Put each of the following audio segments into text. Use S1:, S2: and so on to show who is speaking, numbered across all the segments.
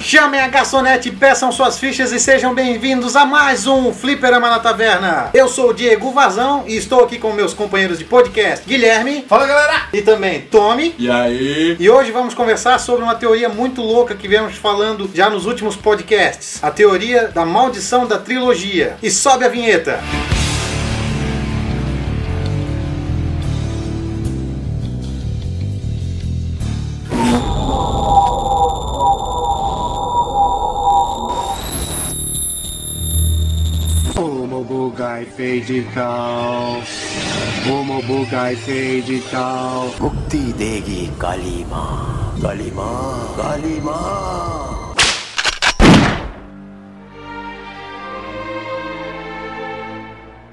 S1: Chamem a garçonete, peçam suas fichas e sejam bem-vindos a mais um Fliperama na Taverna. Eu sou o Diego Vazão e estou aqui com meus companheiros de podcast, Guilherme
S2: Fala galera!
S1: e também Tommy.
S2: E aí?
S1: E hoje vamos conversar sobre uma teoria muito louca que viemos falando já nos últimos podcasts, a teoria da maldição da trilogia. E sobe a vinheta.
S3: Como bugai fez de cal. Como bugai fez de cal.
S4: मुक्ति देगी काली माँ काली माँ काली माँ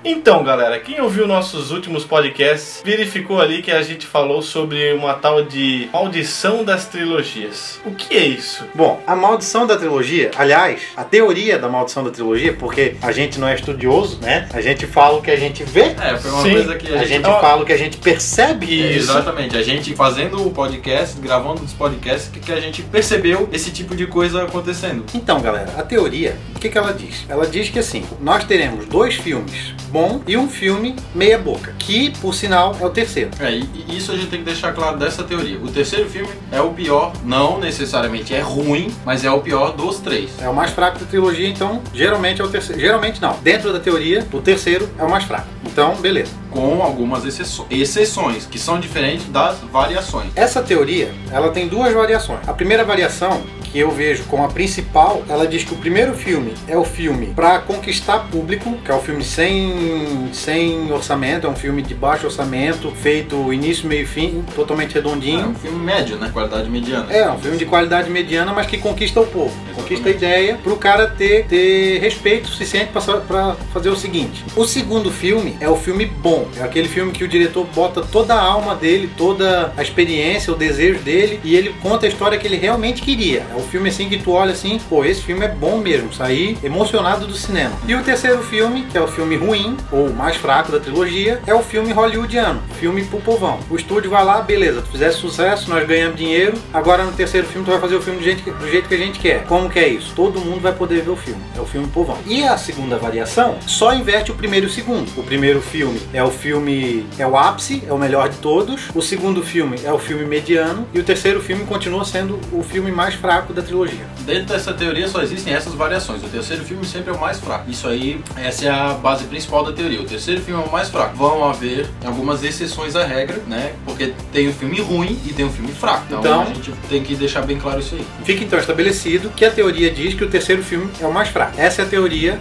S5: Então, galera, quem ouviu nossos últimos podcasts verificou ali que a gente falou sobre uma tal de maldição das trilogias. O que é isso?
S1: Bom, a maldição da trilogia, aliás, a teoria da maldição da trilogia, porque a gente não é estudioso, né? A gente fala o que a gente vê,
S2: É, foi uma
S5: Sim,
S2: coisa que
S1: a gente fala o que a gente percebe.
S5: Isso.
S2: Exatamente, a gente fazendo o podcast, gravando os podcasts, que, que a gente percebeu esse tipo de coisa acontecendo.
S1: Então, galera, a teoria, o que, que ela diz? Ela diz que assim, nós teremos dois filmes bom e um filme meia boca, que, por sinal, é o terceiro.
S2: É, e e isso a gente tem que deixar claro dessa teoria. O terceiro filme é o pior, não necessariamente é ruim, mas é o pior dos três.
S1: É o mais fraco da trilogia, então geralmente é o terceiro. Geralmente não. Dentro da teoria, o terceiro é o mais fraco. Então, beleza.
S2: Com algumas exceço- exceções, que são diferentes das variações.
S1: Então, Essa teoria, ela tem duas variações. A primeira variação que eu vejo como a principal, ela diz que o primeiro filme é o filme para conquistar público, que é um filme sem, sem orçamento, é um filme de baixo orçamento, feito início, meio e fim, totalmente
S2: É
S1: redondinho.
S2: um filme médio, né? Qualidade mediana.
S1: É, um filme de qualidade mediana, mas que conquista o povo.
S2: Exatamente.
S1: Conquista a ideia pro cara ter, ter respeito suficiente pra sa- pra fazer o seguinte. O segundo filme é o filme bom. É aquele filme que o diretor bota toda a alma dele, toda a experiência, o desejo dele, e ele conta a história que ele realmente queria. É o filme assim que tu olha assim, pô, esse filme é bom mesmo. Saí emocionado do cinema. E o terceiro filme, que é o filme ruim, ou o mais fraco da trilogia, é o filme hollywoodiano. Filme pro povão. O estúdio vai lá, beleza, tu fizesse sucesso, nós ganhamos dinheiro. Agora no terceiro filme tu vai fazer o filme do jeito, que, do jeito que a gente quer. Como que é isso? Todo mundo vai poder ver o filme. É o filme povão. E a segunda variação só inverte o primeiro e o segundo. O primeiro filme é o filme é o ápice, é o melhor de todos. O segundo filme é o filme mediano e o terceiro filme continua sendo o filme mais fraco da trilogia.
S2: Dentro dessa teoria só existem essas variações. O terceiro filme sempre é o mais fraco. Isso aí, essa é a base principal da teoria. O terceiro filme é o mais fraco. Vão haver algumas exceções à regra, né? Porque tem um filme ruim e tem um filme fraco. Então,
S1: Então-
S2: a gente tem que deixar bem claro isso aí.
S1: Fica então estabelecido que a teoria diz que o terceiro filme é o mais fraco. Essa é a teoria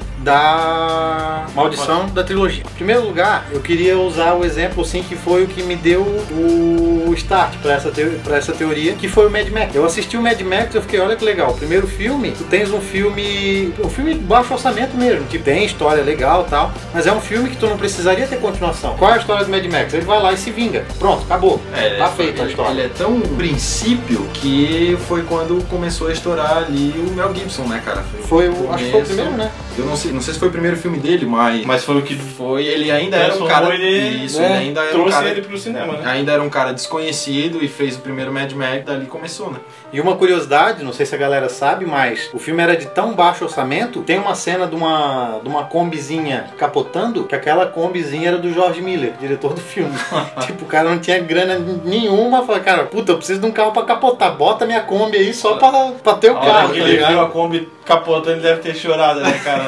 S1: da maldição da trilogia. Em primeiro lugar, eu queria usar o exemplo assim que foi o que me deu o start para essa, teo- pra essa teoria, que foi o Mad Max. Eu assisti o Mad Max e eu fiquei, olha que legal, o primeiro filme, tu tens um filme, um filme de baixo orçamento mesmo, que tem história legal e tal, mas é um filme que tu não precisaria ter continuação. Qual é a história do Mad Max? Ele vai lá e se vinga. Pronto, acabou.
S2: É,
S1: Tá feita a
S2: ele-
S1: história.
S2: Ele é tão princípio que foi quando começou a estourar ali o Mel Gibson, né, cara?
S1: Foi o, acho que foi o
S2: começo.
S1: primeiro, né?
S2: Eu não sei, não sei se foi o primeiro filme dele, mas,
S5: Mas foi o que
S2: foi. Ele ainda era um
S5: transformou
S2: cara.
S5: ele,
S2: isso,
S5: né,
S2: ele ainda era um
S5: trouxe
S2: cara.
S5: ele pro cinema, né?
S2: Ainda era um cara desconhecido e fez o primeiro Mad Max, dali começou, né?
S1: E uma curiosidade, não sei se a galera sabe, mas o filme era de tão baixo orçamento, tem uma cena de uma, de uma combizinha capotando, que aquela combizinha era do George Miller, diretor do filme. tipo, o cara não tinha grana nenhuma, falou, cara, puta, eu preciso de um carro pra capotar, bota minha Kombi aí só pra, pra ter o
S2: Olha
S1: carro,
S5: Porque
S1: tá
S5: ele viu
S1: ligado?
S5: a Kombi capotando, ele deve ter chorado, né, cara?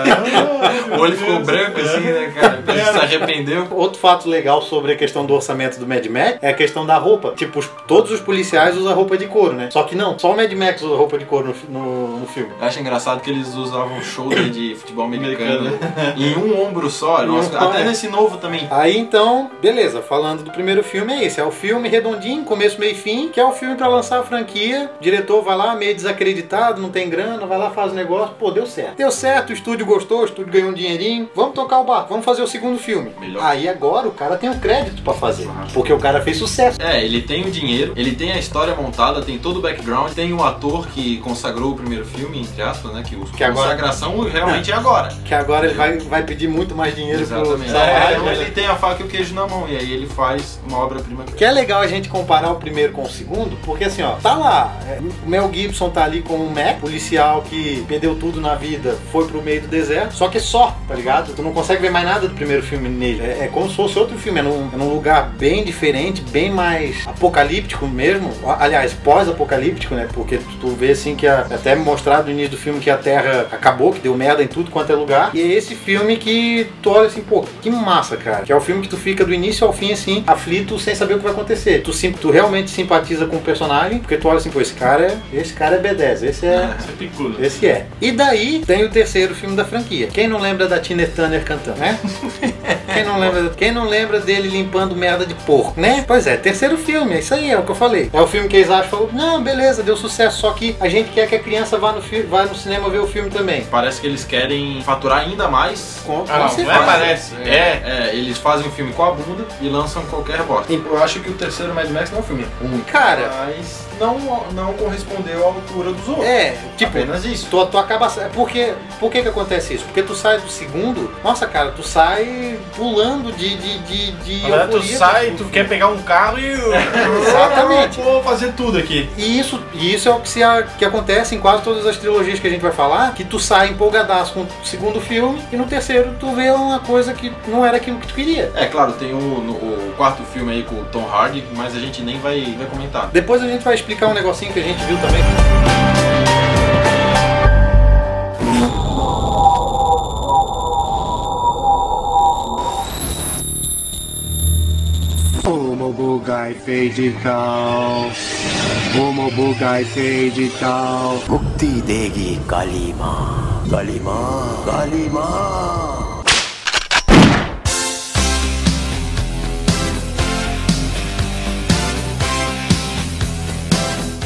S2: O olho ficou branco assim, né, cara? Ele se arrependeu.
S1: Outro fato legal sobre a questão do orçamento do Mad Max é a questão da roupa. Tipo, os- todos os policiais usam roupa de couro, né? Só que não, só o Mad Max usa roupa de couro no fi- no- no filme.
S2: Eu acho engraçado que eles usavam shoulder de futebol americano, né? Em um ombro só. Nossa, até nesse novo também.
S1: Aí então, beleza, falando do primeiro filme é esse, é o filme redondinho, começo, meio e fim, que é o filme pra lançar a franquia. O diretor vai lá meio desacreditado, não tem grana, vai lá faz o negócio, pô, deu certo. Deu certo, o estúdio gostou, o estúdio ganhou um dinheirinho, vamos tocar o barco, vamos fazer o segundo filme.
S2: Melhor.
S1: Aí agora o cara tem o crédito pra fazer, porque o cara fez sucesso.
S2: É, ele tem o dinheiro, ele tem a história montada, tem todo o background, tem o ator que consagrou o primeiro filme, entre aspas, né? Que, o,
S1: Que agora-
S2: consagração realmente é agora.
S1: Que agora ele vai, vai pedir muito mais dinheiro
S2: Exatamente.
S1: pro
S2: É,
S1: Samurai,
S2: então
S1: né?
S2: ele tem a faca e o queijo na mão, e aí ele faz uma obra-prima.
S1: Que é legal a gente comparar o primeiro com o segundo, porque assim, ó, tá lá, é, o Mel Gibson tá ali com o Mac, policial que perdeu tudo na vida, foi pro meio do deserto, só que só, tá ligado? Tu não consegue ver mais nada do primeiro filme nele. É, é como se fosse outro filme, é num, é num lugar bem diferente, bem mais apocalíptico mesmo, A- aliás, pós-apocalíptico, né? Porque tu, tu vê assim que a- até mostrado no início do filme que a Terra acabou, que deu merda em tudo quanto é lugar, e é esse filme que tu olha assim, pô, que massa, cara, que é o filme que tu fica do início ao fim assim, aflito, sem saber o que vai acontecer. Tu, sim- tu realmente simpatiza com o personagem, porque tu olha assim, pô, esse cara é, esse cara é B10, esse é...
S5: Isso é picudo.
S1: Esse é. E daí tem o terceiro filme da franquia. Quem não lembra da Tina Turner cantando, né? Quem não, lembra, quem não lembra dele limpando merda de porco, né? Pois é, terceiro filme, é isso aí, é o que eu falei. É o filme que eles acham, falou, não, beleza, deu sucesso, só que a gente quer que a criança vá no, fi- vá no cinema ver o filme também.
S2: Parece que eles querem faturar ainda mais.
S1: Com,
S5: Ah, não,
S1: com
S5: não
S1: certeza.
S5: é parece. É.
S2: É, eles fazem um filme com a bunda e lançam qualquer bosta.
S1: E-
S2: Eu acho que o terceiro Mad Max não é um filme ruim.
S1: Cara.
S2: Mas não, não correspondeu à altura dos outros.
S1: É, tipo,
S2: Apenas isso.
S1: Tu, tu acaba. é Porque, por que que acontece isso? Porque tu sai do segundo, nossa cara, tu sai pulando de. de, de, de
S5: Na verdade, tu
S1: euforia
S5: sai,
S2: tipo,
S1: do
S5: tu
S1: filme.
S5: quer pegar um carro e.
S2: É
S1: Exatamente.
S5: Vou fazer tudo aqui.
S1: E isso, e isso é o que, se a- que acontece em quase todas as trilogias que a gente vai falar, que tu sai empolgadaço com o segundo filme e no terceiro tu vê uma coisa que não era aquilo que tu queria.
S2: É claro, tem o, no- o quarto filme aí com o Tom Hardy, mas a gente nem vai, vai comentar.
S1: Depois a gente vai explicar um negocinho que a gente viu também.
S3: Como bugai fez de cal. Como bugai fez de cal.
S4: मुक्ति देगी काली माँ काली माँ काली माँ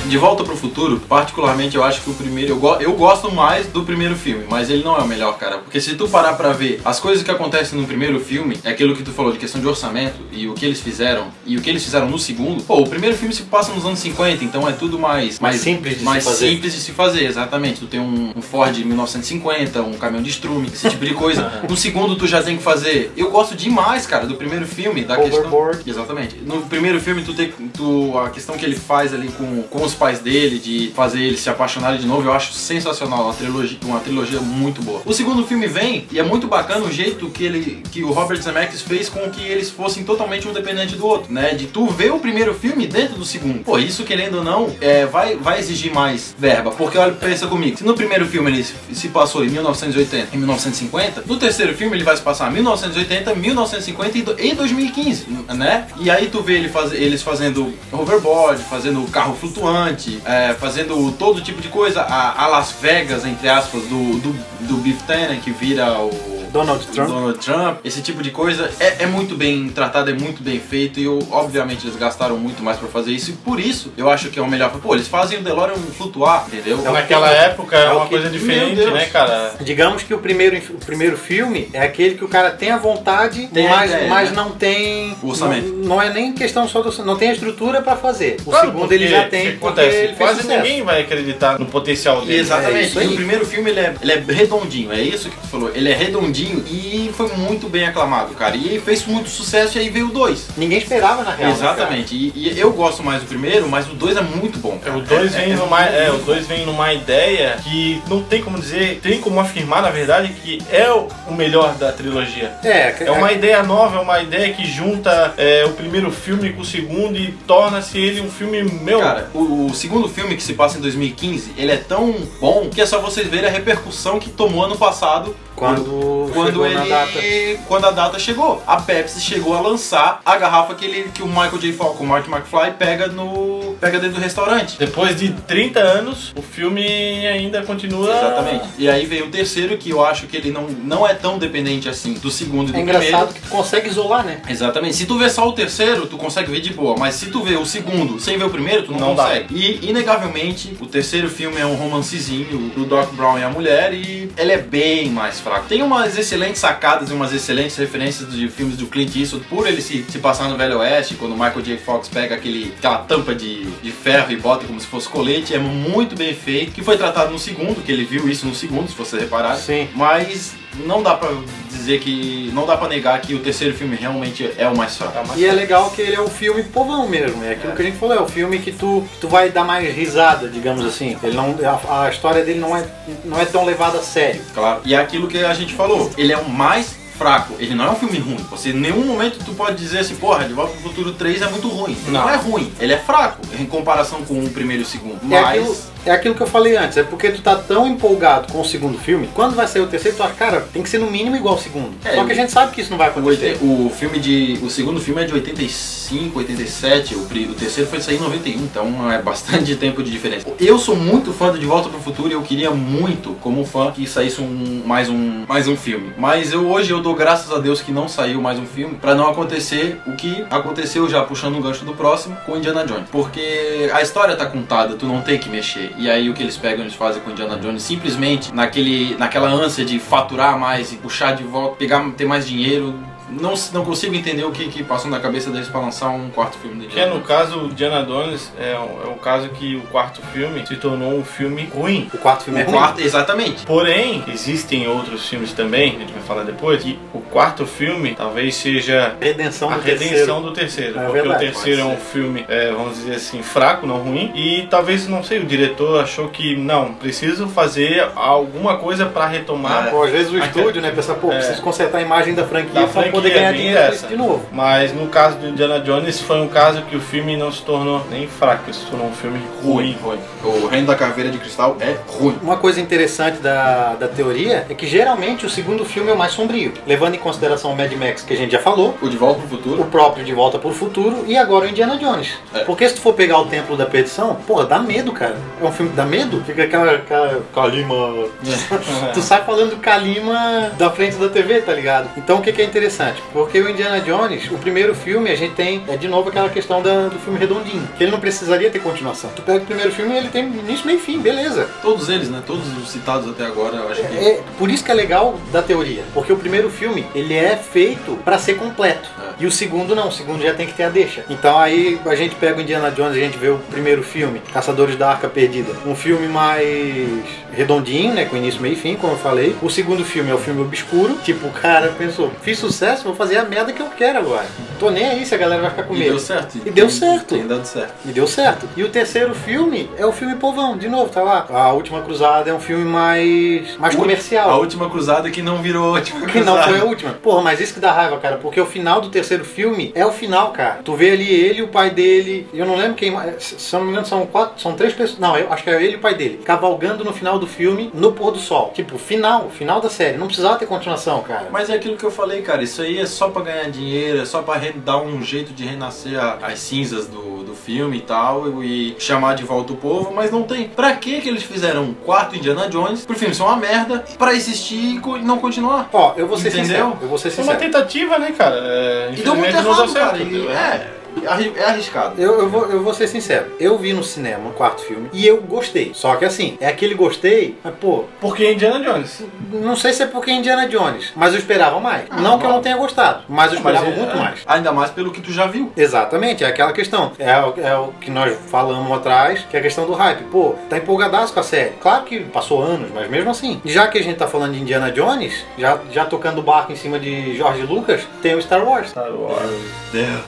S2: De Volta pro Futuro, particularmente eu acho que o primeiro. Eu, go- eu gosto mais do primeiro filme, mas ele não é o melhor, cara. Porque se tu parar pra ver as coisas que acontecem no primeiro filme, é aquilo que tu falou de questão de orçamento e o que eles fizeram e o que eles fizeram no segundo. Pô, o primeiro filme se passa nos anos 50, então é tudo mais.
S1: Mais simples de se
S2: mais
S1: fazer.
S2: simples de se fazer, exatamente. Tu tem um, um Ford 1950, um caminhão de estrume, esse tipo de coisa. No segundo tu já tem que fazer. Eu gosto demais, cara, do primeiro filme, da
S1: Overboard.
S2: questão. Exatamente. No primeiro filme, tu tem tu, a questão que ele faz ali com, com os pais dele, de fazer eles se apaixonarem de novo, eu acho sensacional. Uma trilogia, uma trilogia muito boa. O segundo filme vem e é muito bacana o jeito que ele que o Robert Zemeckis fez com que eles fossem totalmente um dependente do outro, né? De tu ver o primeiro filme dentro do segundo. Pô, isso querendo ou não, é, vai, vai exigir mais verba. Porque olha, pensa comigo, se no primeiro filme ele se- se passou em 1980 e 1950, no terceiro filme ele vai se passar em 1980, 1950 e do- e 2015, né? E aí tu vê ele faz- eles fazendo hoverboard, fazendo carro flutuante, é, fazendo todo tipo de coisa. A, a Las Vegas, entre aspas, do, do, do Beef Tanner, que vira o.
S1: Donald Trump.
S2: Donald Trump, esse tipo de coisa é, é muito bem tratado, é muito bem feito e eu, obviamente eles gastaram muito mais pra fazer isso e por isso eu acho que é o melhor. Pô, eles fazem o DeLorean flutuar, entendeu? É
S5: Naquela época é uma
S1: que-
S5: coisa diferente,
S2: Meu Deus.
S5: né, cara?
S1: Digamos que o primeiro, o primeiro filme é aquele que o cara tem a vontade,
S2: Tem a
S1: mas,
S2: ideia,
S1: mas
S2: né?
S1: não tem.
S2: O orçamento.
S1: Não, não é nem questão só do. Não tem a estrutura pra fazer. O
S5: Claro,
S1: segundo
S5: porque
S1: ele já
S5: o
S1: tem.
S5: que
S1: porque
S5: acontece?
S1: ele fez
S5: Quase
S1: sucesso.
S5: ninguém vai acreditar no potencial dele.
S1: É
S2: Exatamente.
S1: isso aí.
S2: e o primeiro filme ele é, ele é redondinho, é isso que tu falou. Ele é redondinho e foi muito bem aclamado, cara. E fez muito sucesso e aí veio o 2.
S1: Ninguém esperava
S2: É,
S1: na real. né, cara?
S2: Exatamente. E, e eu gosto mais do primeiro, mas o 2 é muito bom.
S5: É,
S2: cara.
S5: O 2 vem, numa- é, o dois vem numa ideia que não tem como dizer, tem como afirmar, na verdade, que é o o melhor da trilogia.
S1: É,
S5: É uma ideia nova, é uma ideia que junta é, o primeiro filme com o segundo e torna-se ele um filme meu.
S2: Cara, o, o segundo filme que se passa em 2015, ele é tão bom que é só vocês verem a repercussão que tomou ano passado
S1: Quando,
S2: quando
S1: chegou
S2: ele
S1: na data. É
S2: quando a data chegou. A Pepsi chegou a lançar a garrafa que ele que o Michael J. Fox, o Mark McFly pega no pega dentro do restaurante.
S5: Depois de 30 anos, o filme ainda continua.
S2: Exatamente. E aí veio o terceiro que eu acho que ele não, não é tão dependente assim do segundo e do
S1: É
S2: primeiro.
S1: engraçado que tu consegue isolar, né?
S2: Exatamente. Se tu vê só o terceiro, tu consegue ver de boa. Mas se tu vê o segundo sem ver o primeiro, tu não,
S5: Não dá.
S2: consegue. E, inegavelmente, o terceiro filme é um romancezinho do Doc Brown e a mulher. E ele é bem mais fraco. Tem umas excelentes sacadas e umas excelentes referências de filmes do Clint Eastwood por ele se, se passar no Velho Oeste, quando o Michael J. Fox pega aquele, aquela tampa de, de ferro e bota como se fosse colete. É muito bem feito, que foi tratado no segundo, que ele viu isso no segundo, se você reparar.
S1: Sim.
S2: Mas não dá pra dizer que. Não dá pra negar que o terceiro filme realmente é o mais fraco.
S1: E é legal que ele é um filme povão mesmo, é aquilo que a gente falou, é o filme que tu, que tu vai dar mais risada, digamos assim. Ele não, a, a história dele não é, não é tão levada a sério.
S2: Claro. E é aquilo que a gente falou. Ele é o mais fraco. Ele não é um filme ruim. Você em nenhum momento tu pode dizer assim, porra, De Volta pro Futuro 3 é muito ruim. Ele Não,
S1: Não.
S2: é ruim. Ele é fraco em comparação com o primeiro e o segundo.
S1: É, aquilo,
S2: Mas
S1: é aquilo que eu falei antes, é porque tu tá tão empolgado com o segundo filme, quando vai sair o terceiro, tu acha, cara, tem que ser no mínimo igual ao segundo.
S2: É,
S1: Só que a
S2: eu-
S1: gente sabe que isso não vai
S2: o
S1: acontecer.
S2: oitenta- o filme de o segundo filme é de 85, 87, o, pri- o terceiro foi sair em 91, então é bastante tempo de diferença. Eu sou muito fã do De Volta pro Futuro e eu queria muito, como fã, que saísse um, mais um mais um filme. Mas eu hoje eu dou graças a Deus que não saiu mais um filme pra não acontecer o que aconteceu já puxando o gancho do próximo com Indiana Jones, porque a história tá contada, tu não tem que mexer. E aí o que eles pegam eles fazem com Indiana Jones simplesmente naquele naquela ânsia de faturar mais e puxar de volta, pegar ter mais dinheiro, não, não consigo entender o que, que passou na cabeça deles pra lançar um quarto filme dele.
S5: Que é no caso, o Diana Dones é, o- é o caso que o quarto filme se tornou um filme ruim.
S1: O quarto filme é
S5: Uhum.
S2: O
S1: ruim.
S2: quarto, exatamente.
S5: Porém, existem outros filmes também, a gente vai falar depois, que o quarto filme talvez seja
S1: Redenção
S5: a
S1: do
S5: redenção
S1: terceiro.
S5: do terceiro.
S1: É
S5: porque
S1: verdade,
S5: o terceiro é
S2: pode
S5: um filme, é, vamos dizer assim, fraco, não ruim. E talvez, não sei, o diretor achou que, não, preciso fazer alguma coisa pra retomar.
S2: É.
S1: Ou às vezes o
S5: Até-
S1: estúdio, né, pensa, pô,
S5: É.
S1: preciso consertar a imagem da franquia
S5: Da
S1: pra
S5: franquia, é
S1: poder ganhar
S5: bem
S1: dinheiro com
S5: dessa.
S1: isso de novo.
S5: Mas no caso do Indiana Jones, foi um caso que o filme não se tornou nem fraco, se tornou um filme ruim.
S2: ruim. O Reino da Caveira de Cristal é ruim.
S1: Uma coisa interessante da, da teoria é que geralmente o segundo filme é o mais sombrio, levando em consideração o Mad Max que a gente já falou,
S2: O De Volta pro
S1: o
S2: Futuro.
S1: próprio De Volta pro Futuro e agora o Indiana Jones.
S2: É.
S1: Porque se tu for pegar o Templo da Perdição, porra, dá medo, cara. É um filme que dá medo? Fica aquela. aquela Kalima. tu sai falando Kalima da frente da TV, tá ligado? Então o que, que é interessante? Porque o Indiana Jones, o primeiro filme, a gente tem, é de novo aquela questão da- do filme redondinho, que ele não precisaria ter continuação. Tu pega o primeiro filme e ele tem início, meio e fim, beleza.
S2: Todos eles, né? Todos os citados até agora, eu acho que.
S1: É, por isso que é legal da teoria, porque o primeiro filme ele é feito pra ser completo
S2: É.
S1: e o segundo não, o segundo já tem que ter a deixa. Então aí a gente pega o Indiana Jones, a gente vê o primeiro filme, Caçadores da Arca Perdida, um filme mais redondinho, né, com início, meio e fim, como eu falei. O segundo filme é o filme obscuro, tipo o cara pensou, fiz sucesso, vou fazer a merda que eu quero agora. Tô nem aí se a galera vai ficar com
S2: E deu
S1: medo.
S2: certo.
S1: E deu certo.
S2: Tem dado certo.
S1: E deu certo. E o terceiro filme é o filme povão, de novo, tá lá. A Última Cruzada é um filme mais mais comercial.
S2: A última cruzada que não virou a última
S1: Que não
S2: cruzada.
S1: foi a última. Porra, mas isso que dá raiva, cara, porque o final do terceiro filme é o final, cara. Tu vê ali ele, o pai dele, eu não lembro quem mais, se se eu não me engano são quatro, são três pessoas, não, eu acho que é ele e o pai dele, cavalgando no final do filme, no pôr do sol. Tipo, final, final da série, não precisava ter continuação, cara.
S2: Mas é aquilo que eu falei, cara. Isso aí é só pra ganhar dinheiro, é só pra re- dar um jeito de renascer a- as cinzas do, do filme e tal, e chamar de volta o povo, mas não tem. Pra que que eles fizeram um quarto Indiana Jones pro filme ser uma merda, pra existir e co- não continuar?
S1: Ó, eu vou ser
S2: Entendeu?
S1: sincero, eu vou ser
S5: Foi uma
S1: sincero.
S5: tentativa, né, cara? É,
S2: E deu muito
S5: infelizmente não deu
S2: errado,
S5: certo.
S2: cara. E,
S5: entendeu?
S2: é, arri- é arriscado.
S1: Eu, eu vou, eu vou ser sincero, eu vi no cinema o quarto filme e eu gostei. Só que assim, é aquele gostei, mas pô,
S5: Porque é Indiana Jones.
S1: não sei se é porque é Indiana Jones, mas eu esperava mais. não que eu não tenha gostado, mas eu
S5: Mas
S1: esperava
S5: é-
S1: muito mais.
S2: Ainda mais pelo que tu já viu.
S1: Exatamente, é aquela questão. É o, é o que nós falamos atrás, que é a questão do hype. Pô, tá empolgadaço com a série. Claro que passou anos, mas mesmo assim. Já que a gente tá falando de Indiana Jones, já, já tocando o barco em cima de George Lucas, tem o Star Wars.
S2: Tá,
S5: Star Wars.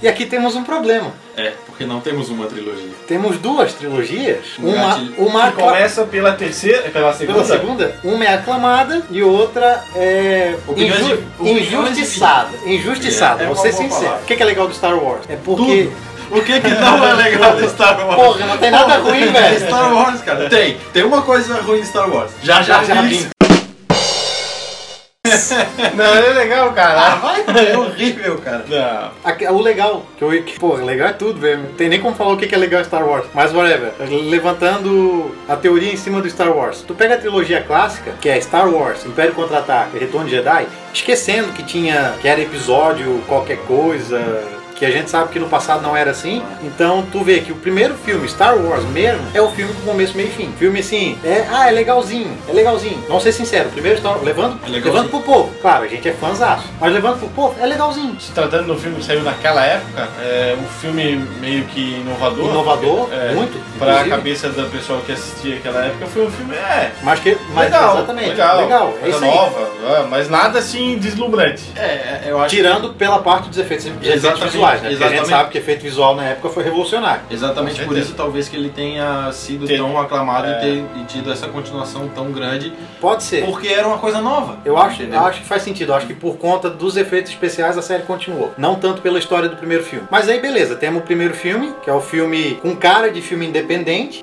S1: E aqui temos um problema.
S2: É, porque não temos uma trilogia.
S1: Temos duas trilogias.
S2: Um
S1: Uma,
S2: gatilho.
S1: uma
S5: Que começa pela terceira, pela segunda.
S1: pela segunda, uma é aclamada e outra é
S2: Opiniões
S1: inju-
S2: de- opiniões
S1: injustiçada. Injustiçada,
S2: É, é
S1: vou
S2: uma
S1: ser
S2: boa
S1: sincero.
S2: palavra.
S1: O que que é legal do Star Wars? É porque.
S2: O que que não é legal de Star Wars?
S1: Porra, não tem nada ruim, velho.
S2: Star Wars, cara. Tem. Tem uma coisa ruim em Star Wars. Já já,
S1: Já, já
S2: vi.
S1: vi.
S5: Não, é legal,
S2: Ah,
S5: cara.
S2: vai. É horrível, cara.
S5: Não.
S1: Aque- O legal, que eu, que, pô, legal é tudo, velho. Não tem nem como falar o que que é legal em Star Wars. Mas whatever. Levantando a teoria em cima do Star Wars. Tu pega a trilogia clássica, que é Star Wars, Império Contra-Ataca e Retorno de Jedi, esquecendo que tinha. que era episódio, qualquer coisa. que que a gente sabe que no passado não era assim. Então tu vê que o primeiro filme, Star Wars mesmo, é o filme com começo, meio e fim. Filme assim, é, ah, é legalzinho, é legalzinho. Vamos ser sincero, o primeiro Star Wars, levando,
S2: É legalzinho.
S1: levando pro povo. Claro, a gente é fãzaço, mas levando pro povo, é legalzinho.
S5: Se tratando do filme que saiu naquela época, é um filme meio que inovador.
S1: Inovador,
S5: é,
S1: muito.
S5: Pra
S1: inclusive.
S5: cabeça da pessoa que assistia aquela época, foi um filme, é,
S1: Mas que, mas
S5: legal,
S1: exatamente,
S5: legal,
S1: é
S5: coisa
S1: isso aí.
S5: nova, é, mas nada assim deslumbrante.
S2: É, eu acho
S1: Tirando pela parte dos efeitos, dos efeitos
S2: Exatamente,
S1: visuais, né? Porque a gente
S2: exatamente.
S1: sabe que efeito visual na época foi revolucionário.
S2: Exatamente
S5: Com
S2: por
S5: certeza.
S2: isso, talvez que ele tenha sido
S5: Ter-
S2: tão aclamado
S5: é.
S2: e, ter, e tido essa continuação tão grande,
S1: Pode ser.
S2: porque era uma coisa nova.
S1: É. Eu acho,
S2: entendeu?
S1: eu acho que faz sentido. Eu acho que por conta dos efeitos especiais a série continuou. Não tanto pela história do primeiro filme. Mas aí, beleza, temos o primeiro filme, que é o filme com cara de filme independente,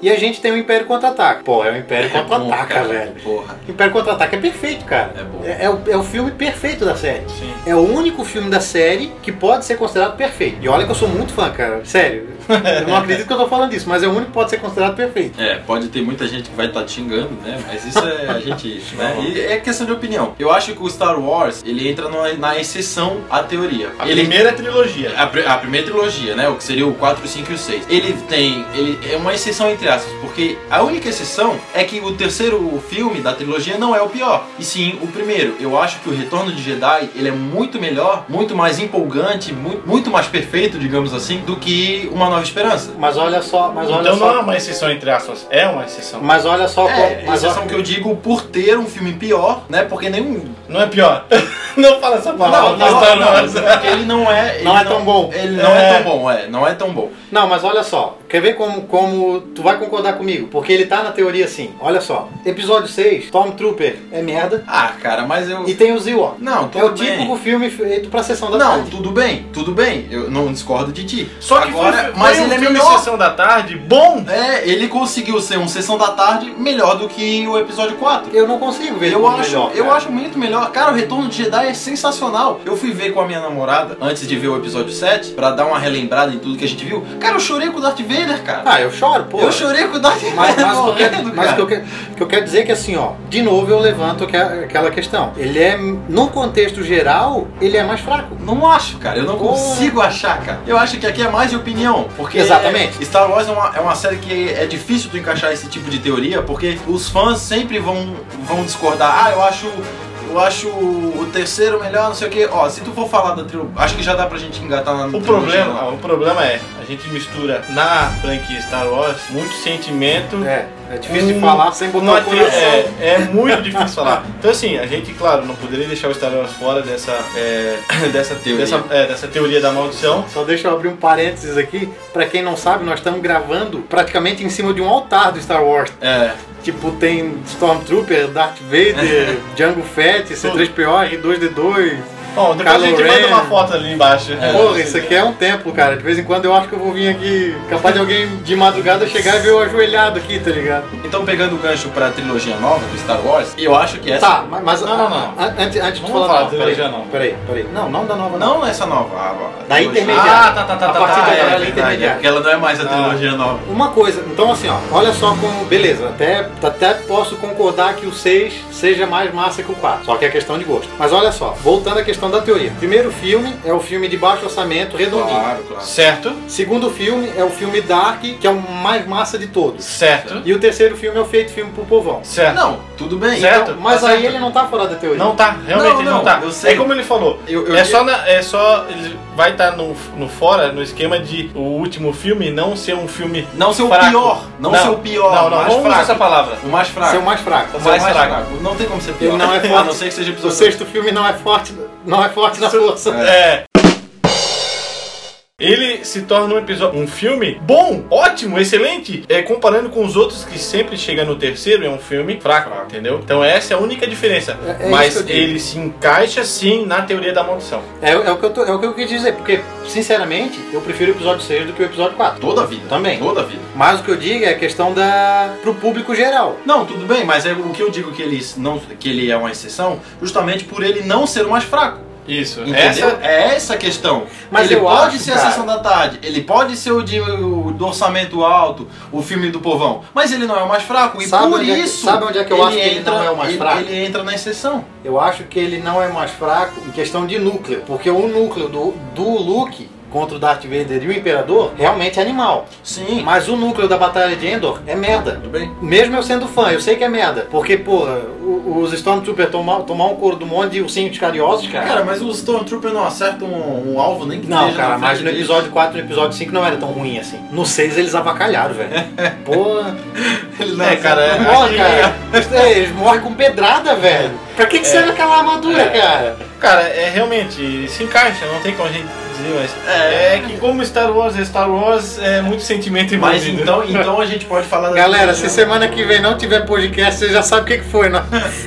S1: e a gente tem o Império Contra-Ataque. Pô, é o Império
S2: É bom,
S1: Contra-Ataca,
S2: cara.
S1: velho.
S2: Porra.
S1: O Império Contra-Ataque é perfeito, cara.
S2: É bom.
S1: É, é o, é o filme perfeito da série.
S5: Sim.
S1: É o único filme da série que pode ser considerado perfeito. E olha que eu sou muito fã, cara. Sério. Eu não acredito que eu tô falando isso, mas é o único que pode ser considerado perfeito.
S2: É, pode ter muita gente que vai estar te xingando, né? Mas isso é a gente. né? E é questão de opinião. Eu acho que o Star Wars ele entra numa- na exceção à teoria.
S5: A
S2: ele
S5: primeira trilogia.
S2: A, pri- a primeira trilogia, né? O que seria o 4, 5 e o 6. Ele tem. Ele é uma exceção entre aspas, porque a única exceção é que o terceiro filme da trilogia não é o pior. E sim o primeiro. Eu acho que o Retorno de Jedi ele é muito melhor, muito mais empolgante, mu- muito, mais perfeito, digamos assim, do que Uma Nova Esperança.
S1: Mas olha só, mas olha
S5: Então não é
S1: só.
S5: uma exceção entre aspas, é uma exceção.
S1: Mas olha só
S2: É,
S1: mas
S2: exceção
S1: olha-
S2: que eu digo por ter um filme pior, né? Porque nenhum.
S5: Não é pior. não fala essa palavra. tá,
S1: não,
S5: Star Wars.
S2: porque ele não é. ele
S1: Não é tão bom.
S2: Ele não é.
S5: É.
S2: tão bom, é. Não é tão bom.
S1: Não, mas olha só, quer ver como, como tu vai concordar comigo? Porque ele tá na teoria assim, olha só. Episódio 6, Tom Trooper é merda
S2: Ah, cara, mas eu.
S1: e tem o Ewok.
S2: Não, tudo
S1: É o
S2: bem.
S1: típico filme feito pra sessão da
S2: Não,
S1: tarde.
S2: tudo bem, tudo bem. Eu não discordo de ti.
S5: Só que
S2: agora,
S5: foi,
S2: mas
S5: foi
S2: ele
S5: um
S2: é
S5: filme
S2: melhor.
S5: Sessão da Tarde bom.
S2: É, ele conseguiu ser um sessão da tarde melhor do que o episódio 4.
S1: Eu não consigo ver
S2: Eu
S1: tudo
S2: acho,
S1: melhor,
S2: eu
S1: cara.
S2: acho muito melhor. Cara, o Retorno de Jedi é sensacional. Eu fui ver com a minha namorada antes de ver o episódio 7 pra dar uma relembrada em tudo que a gente viu. Cara, eu chorei com o Darth Vader, cara.
S1: Ah, eu choro, pô.
S2: eu chorei com o Darth Vader.
S1: Mas, mas, o que eu
S2: morrendo,
S1: quero- mas o
S2: É cara.
S1: que eu, quero- o que eu quero dizer é que assim, ó, de novo eu levanto que- aquela questão. Ele é, no contexto geral, ele é mais fraco.
S2: Não acho, cara. Eu não
S1: Porra.
S2: consigo achar, cara. Eu acho que aqui é mais de opinião. Porque
S1: Exatamente.
S2: Star Wars é uma, é uma série que é difícil tu encaixar esse tipo de teoria, porque os fãs sempre vão, vão discordar. Ah, eu acho. Eu acho o terceiro melhor, não sei o que. Ó, se tu for falar da trilogia. Acho que já dá pra gente engatar na
S5: O
S2: trilogia
S5: problema,
S2: lá.
S5: o problema é, a gente mistura na franquia Star Wars muito sentimento.
S1: É, é difícil de
S5: Hum,
S1: falar sem botar
S5: Uma
S1: o
S5: te-
S1: coração.
S5: é, é muito difícil falar. Então assim, a gente, claro, não poderia deixar o Star Wars fora dessa, é, dessa
S2: Teoria.
S5: Dessa, é, dessa teoria da maldição.
S1: Só deixa eu abrir um parênteses aqui. Pra quem não sabe, nós estamos gravando praticamente em cima de um altar do Star Wars.
S2: É.
S1: Tipo, tem Stormtrooper, Darth Vader, Django Fett, C3PO, R2D2.
S5: Bom, depois
S1: Kylo
S5: a gente manda
S1: Ren.
S5: uma foto ali embaixo.
S1: Porra, isso aqui é um templo, cara. De vez em quando eu acho que eu vou vir aqui, capaz de alguém de madrugada chegar e ver eu ajoelhado aqui, tá ligado?
S2: Então, pegando o gancho pra trilogia nova do Star Wars, eu acho que essa.
S1: Tá, mas- mas.
S5: Não, não, não.
S1: a- Antes, antes de
S5: Vamos
S1: falar,
S5: falar
S1: não,
S5: da
S1: peraí,
S5: trilogia nova.
S1: peraí, peraí. Não, não da nova, não.
S2: Não é essa nova. a- a
S1: Da
S2: trilogia-
S1: intermediária.
S5: Ah, tá, tá, tá,
S1: A
S5: tá,
S1: partir
S5: tá.
S2: Ah,
S1: da-
S5: é.
S2: é,
S1: Ela é
S2: verdade, é
S1: intermediária. Ah.
S2: porque ela não é mais a trilogia nova.
S1: Uma coisa, então assim, ó, olha só como. Beleza, até, até posso concordar que o 6 seja mais massa que o 4. Só que é questão de gosto. Mas olha só, voltando à questão da teoria. Primeiro filme é o filme de baixo orçamento, redondinho.
S2: claro.
S5: Certo,
S1: Segundo filme é o filme Dark, que é o mais massa de todos.
S5: certo,
S1: E o terceiro filme é o feito filme pro povão.
S5: certo.
S2: Não, tudo bem.
S5: Certo.
S1: Então, mas
S5: tá
S1: aí
S5: certo.
S1: ele não tá fora da teoria.
S5: Não tá, realmente
S2: Não,
S5: ele não,
S2: não,
S5: tá.
S2: eu sei.
S5: É como ele falou.
S2: Eu- eu-
S5: é só na- é só ele vai estar no, no fora no esquema de o último filme não ser um filme
S2: Não ser o
S5: fraco.
S2: pior. Não, ser o pior.
S5: Não, não,
S2: mais
S5: não usa
S2: fraco.
S5: essa palavra.
S2: O mais fraco.
S1: Ser o mais fraco.
S5: O mais fraco.
S2: Não tem como ser pior.
S1: Ele não é forte.
S2: A não ser que seja
S1: O
S2: episódio
S1: sexto filme não é forte, não é forte na força.
S5: É. Ele se torna um episódio, um filme bom, ótimo, excelente. É comparando com os outros que sempre chega no terceiro é um filme fraco, entendeu? Então essa é a única diferença.
S1: É- é
S5: Mas
S1: isso que eu digo.
S5: ele se encaixa sim na teoria da maldição.
S1: É, é o que eu tô- é o que eu quis dizer, porque, sinceramente, eu prefiro o episódio 6 do que o episódio 4.
S2: Toda a vida.
S1: Também.
S2: Toda a vida.
S1: Mas o que eu digo é a questão da. pro público geral.
S2: Não, tudo bem, mas é o que eu digo que ele, não, que ele é uma exceção, justamente por ele não ser o mais fraco.
S5: Isso.
S2: Entendeu?
S5: Essa
S2: É essa a questão.
S1: Mas
S2: ele
S1: eu
S2: pode
S1: acho,
S2: ser
S1: cara.
S2: a sessão da tarde, ele pode ser o, de, o do orçamento alto, o filme do povão, mas ele não é o mais fraco. E
S1: Sabe
S2: por
S1: onde é que-
S2: isso.
S1: sabe onde é que eu acho que ele não é o mais
S2: ele-
S1: fraco?
S2: Ele entra na exceção.
S1: Eu acho que ele não é mais fraco em questão de núcleo, porque o núcleo do, do Luke contra o Darth Vader e o Imperador realmente é animal.
S2: Sim,
S1: Mas o núcleo da Batalha de Endor é merda.
S2: tudo bem.
S1: Mesmo eu sendo fã, eu sei que é merda. Porque, porra, o- os Stormtroopers tomar, tomar um couro do monte de ursinhos cariosos, cara.
S2: Cara, mas os Stormtrooper não acertam um, um alvo nem que
S1: Não,
S2: esteja na
S1: cara,
S2: frente
S1: mas no
S2: deles.
S1: episódio 4 e no episódio 5 não era tão ruim assim. No 6 eles avacalharam, velho. Porra.
S2: Eles não
S5: É, cara, é, É.
S1: Porra, cara. É, Eles morrem com pedrada, velho. Pra que, que serve aquela armadura, cara?
S5: Cara, é realmente, se encaixa, não tem como a gente dizer, mas. É, é que como Star Wars é Star Wars, é muito sentimento
S2: Mas
S5: envolvido.
S2: então, então a gente pode falar da
S1: Galera, se
S2: trilogia.
S1: semana que vem não tiver podcast, você já sabe o que, que foi. Nós,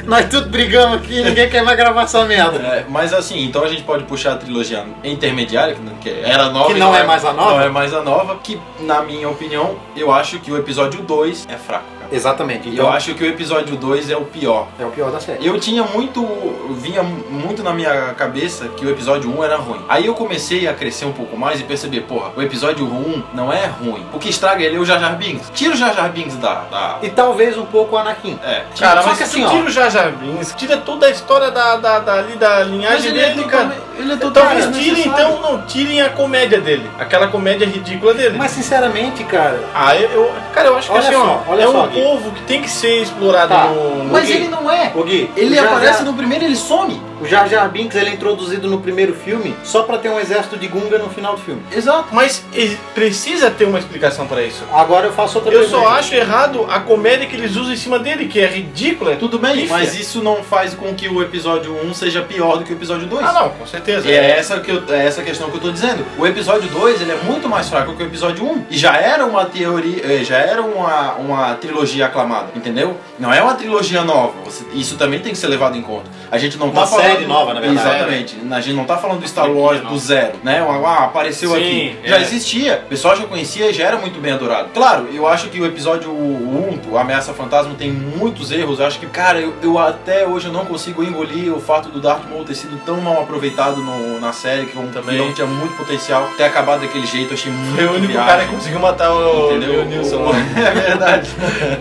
S1: nós tudo brigamos aqui e ninguém quer mais gravar essa merda.
S2: É, mas assim, então a gente pode puxar a trilogia intermediária, que não- que era nova.
S1: Que
S2: e
S1: não é mais a nova?
S2: Não é mais a nova, que na minha opinião, eu acho que o episódio 2 é fraco. Cara.
S1: Exatamente. Então,
S2: Eu acho que o episódio 2 é o pior.
S1: é o pior da série.
S2: Eu tinha muito. vinha muito na minha cabeça que o episódio 1 era ruim. Aí eu comecei a crescer um pouco mais e perceber, porra, o episódio 1 não é ruim. O que estraga ele é o Jar Jar Binks. Tira o Jar Jar Binks da. da-
S1: E talvez um pouco o Anakin.
S2: É.
S5: Cara,
S1: Só
S5: mas
S1: que
S5: se tu
S1: assim, ó.
S5: tira o Jar Jar Binks, tira toda a história da, da, da, ali, da linhagem dele, cara.
S2: Ele é
S5: Talvez
S2: totalmente
S5: tirem, então, não, tirem a comédia dele. Aquela comédia ridícula dele.
S1: Mas sinceramente, cara,
S5: Ah, eu, eu- cara, eu acho que
S1: Olha
S5: assim,
S1: só,
S5: ó,
S1: olha
S5: é
S1: só,
S5: um
S1: Gui.
S5: povo que tem que ser explorado
S1: Tá.
S5: no, no
S2: Mas
S5: game.
S2: ele não é.
S1: o Gui,
S2: Ele
S1: o Jar
S2: aparece
S1: Jar-
S2: no primeiro e ele some.
S1: o Jar Jar Binks ele é introduzido no primeiro filme só pra ter um exército de Gunga no final do filme.
S2: Exato.
S5: Mas ele precisa ter uma explicação pra isso.
S1: Agora eu faço outra
S5: Eu
S1: pergunta.
S5: só acho errado a comédia que eles usam em cima dele, que é ridícula. é
S2: Tudo bem,
S5: pífia.
S2: mas isso não faz com que o episódio 1 seja pior do que o episódio 2.
S5: Ah, não, com certeza.
S2: E é essa, que eu- é essa questão que eu tô dizendo. O episódio 2 ele é muito mais fraco que o episódio 1. E já era uma teoria. eh, Já era uma, uma trilogia aclamada, entendeu? Não é uma trilogia nova. Você- isso também tem que ser levado em conta. A gente não tá
S1: Uma
S2: falando.
S1: série nova, na verdade.
S2: Exatamente. A gente não tá falando do Star Wars do zero, né? Um, ah, apareceu
S5: Sim,
S2: aqui.
S5: é.
S2: Já existia. O pessoal já conhecia e já era muito bem adorado. Claro, eu acho que o episódio 1, o Ameaça Fantasma, tem muitos erros. Eu acho que, cara, eu, eu até hoje eu não consigo engolir o fato do Darth Maul ter sido tão mal aproveitado no- na série, que,
S5: Também.
S2: que não tinha muito potencial. Ter acabado daquele jeito, eu achei muito
S5: Foi o único
S2: viagem.
S5: cara que conseguiu matar o
S2: Entendeu?
S5: o Nilson lá.
S2: É verdade.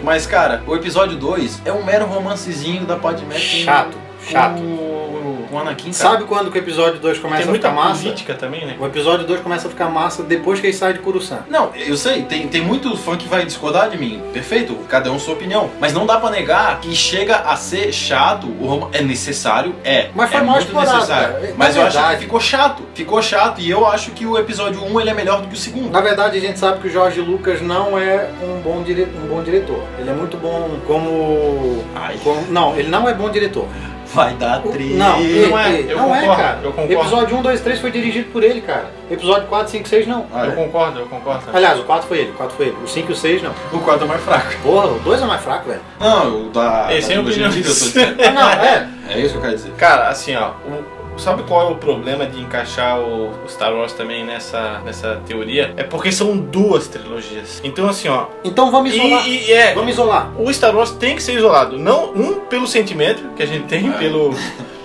S2: Mas, cara, o episódio 2 é um mero romancezinho da Padmé. com-
S1: Chato, chato.
S2: Com, com o Anakin, cara.
S1: Sabe quando que o episódio 2 começa
S5: Tem
S1: a
S5: muita
S1: ficar massa?
S5: política também, né?
S1: O episódio 2 começa a ficar massa depois que ele sai de Coruscant.
S2: Não, eu sei, tem, tem muito fã que vai discordar de mim, perfeito, cada um sua opinião. Mas não dá pra negar que chega a ser chato, o rom- é necessário, é.
S1: Mas foi
S2: é
S1: mal
S2: muito
S1: explorado,
S2: necessário.
S1: cara. É
S2: Mas eu acho
S1: verdade.
S2: que ficou chato, ficou chato e eu acho que o episódio 1 ele é melhor do que o segundo.
S1: Na verdade, a gente sabe que o Jorge Lucas não é um bom, dire... um bom diretor. Ele é muito bom como...
S2: Ai,
S1: como- Não, ele não é bom diretor.
S2: vai dar
S1: O-
S2: triste.
S1: Não,
S5: E-
S1: não é,
S5: e- eu
S1: não é,
S5: concordo,
S1: cara.
S5: eu concordo.
S1: Episódio 1, 2, 3 foi dirigido por ele, cara. Episódio 4, 5, 6 não.
S5: Eu
S2: Olha,
S5: concordo, eu concordo.
S1: Aliás, o 4 foi ele, o 4 foi ele. O 5 e o 6 não.
S2: o quadro é mais fraco.
S1: Porra, o 2 é mais fraco, velho.
S2: Não, o da.
S5: Esse
S2: da
S5: é a
S2: trilogia
S5: opinião.
S2: antiga, eu tô dizendo.
S1: Ah, Não, é.
S2: É isso que eu quero dizer.
S5: Cara, assim, ó, o- sabe qual é o problema de encaixar o, o Star Wars também nessa, nessa teoria? É porque são duas trilogias. Então, assim, ó,
S1: Então vamos
S5: e,
S1: isolar.
S5: e- é,
S1: Vamos isolar.
S5: o Star Wars tem que ser isolado. Não um pelo sentimento que a gente tem,
S2: É.
S5: pelo.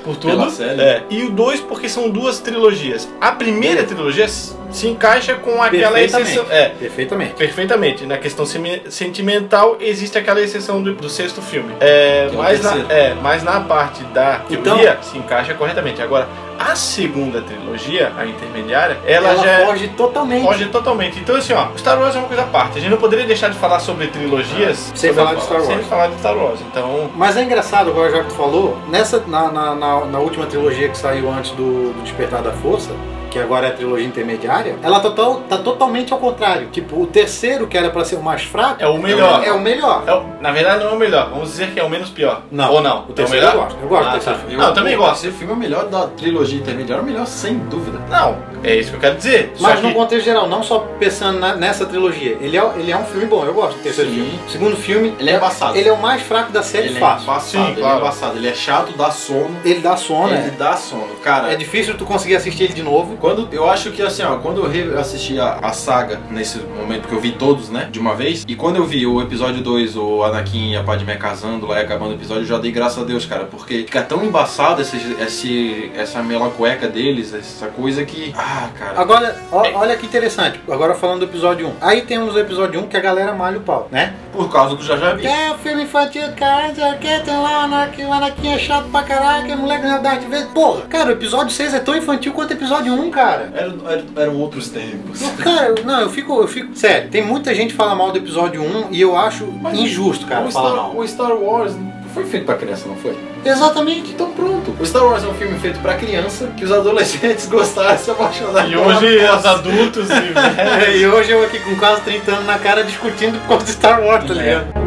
S5: Por tudo.
S2: Pela série.
S5: É. E o dois, porque são duas trilogias. A primeira trilogia s- se encaixa com aquela
S1: Perfeitamente.
S5: exceção. É,
S1: Perfeitamente.
S5: Perfeitamente. Na questão semi- sentimental, existe aquela exceção do, do sexto filme. É,
S2: Que é o
S5: mas, na,
S2: terceiro.
S5: é, mas na parte da
S1: Então-
S5: teoria, se encaixa corretamente. Agora, a segunda trilogia, a intermediária, ela,
S1: Ela
S5: já é
S1: foge totalmente.
S5: foge totalmente. Então, assim, ó, Star Wars é uma coisa à parte. A gente não poderia deixar de falar sobre trilogias
S1: É, Sem
S5: sobre-
S1: falar de Star Wars.
S5: Sem falar de Star Wars. Então,
S1: Mas é engraçado, agora já que tu falou, nessa, na, na, na- na última trilogia que saiu antes do, do Despertar da Força, que agora é a trilogia intermediária, ela tá, to- tá totalmente ao contrário. Tipo, o terceiro, que era pra ser o mais fraco,
S5: é o melhor.
S1: é o melhor.
S5: É o- na verdade, não é o melhor. Vamos dizer que é o menos pior.
S1: Não.
S5: Ou não.
S1: O
S5: é o
S1: terceiro eu
S5: melhor?
S1: gosto. Eu gosto
S5: Ah,
S1: do terceiro.
S5: tá. Não, eu também gosto.
S2: Esse filme é o melhor da trilogia intermediária, é o melhor sem dúvida.
S5: Não, é isso que eu quero dizer. Só
S1: Mas
S5: que-
S1: no contexto geral, não só pensando na- nessa trilogia. Ele é, ele é um filme bom, eu gosto do terceiro
S2: Sim.
S1: filme. O segundo filme,
S2: Ele é embaçado.
S1: Ele é o mais fraco da série
S2: Ele é
S1: fácil.
S2: embaçado,
S5: Sim,
S2: ele
S5: claro.
S2: é embaçado, ele é chato, dá sono.
S1: Ele dá sono,
S2: Ele
S1: né?
S2: dá sono, cara.
S1: É difícil tu conseguir assistir ele de novo.
S2: Quando eu acho que assim, ó, quando eu reassisti a, a saga nesse momento que eu vi todos, né, de uma vez, e quando eu vi o episódio 2, o Anakin e a Padmé casando lá e acabando o episódio, eu já dei graças a Deus, cara, porque fica tão embaçado esse, esse- essa melacueca deles, essa coisa que ah, Ah, cara.
S1: Agora, ó- olha que interessante. Agora falando do episódio 1. Aí temos o episódio 1 que a galera malha o pau, né?
S2: Por causa do Jaja
S1: Que é o filme infantil, cara, não sei o que, tem lá o Anakin, o Anakin é chato pra caralho, que é moleque na Darth Vader. Porra, cara, o episódio 6 é tão infantil quanto o episódio 1, cara.
S2: Eram, eram, eram outros tempos.
S1: Eu- Cara, eu- não, eu fico, eu fico. Sério, tem muita gente que fala mal do episódio 1 e eu acho
S2: Mas
S1: injusto, cara,
S2: o,
S1: falar
S2: Star,
S1: mal.
S2: o Star Wars foi feito pra criança, não foi?
S1: Exatamente.
S2: Então pronto. O Star Wars é um filme feito pra criança que os adolescentes gostaram e se apaixonaram.
S5: E
S2: pela
S5: hoje
S2: criança.
S5: os adultos e velhos.
S1: É, e hoje eu aqui com quase 30 anos na cara discutindo por causa do Star Wars, tá
S2: É.
S1: ligado?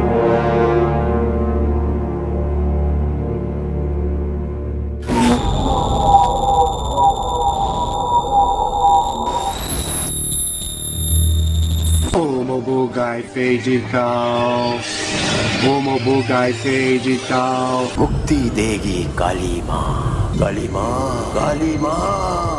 S3: Homo Bugai Feidical. Homo Bugai Feidical.
S4: मुक्ति देगी काली माँ काली माँ काली माँ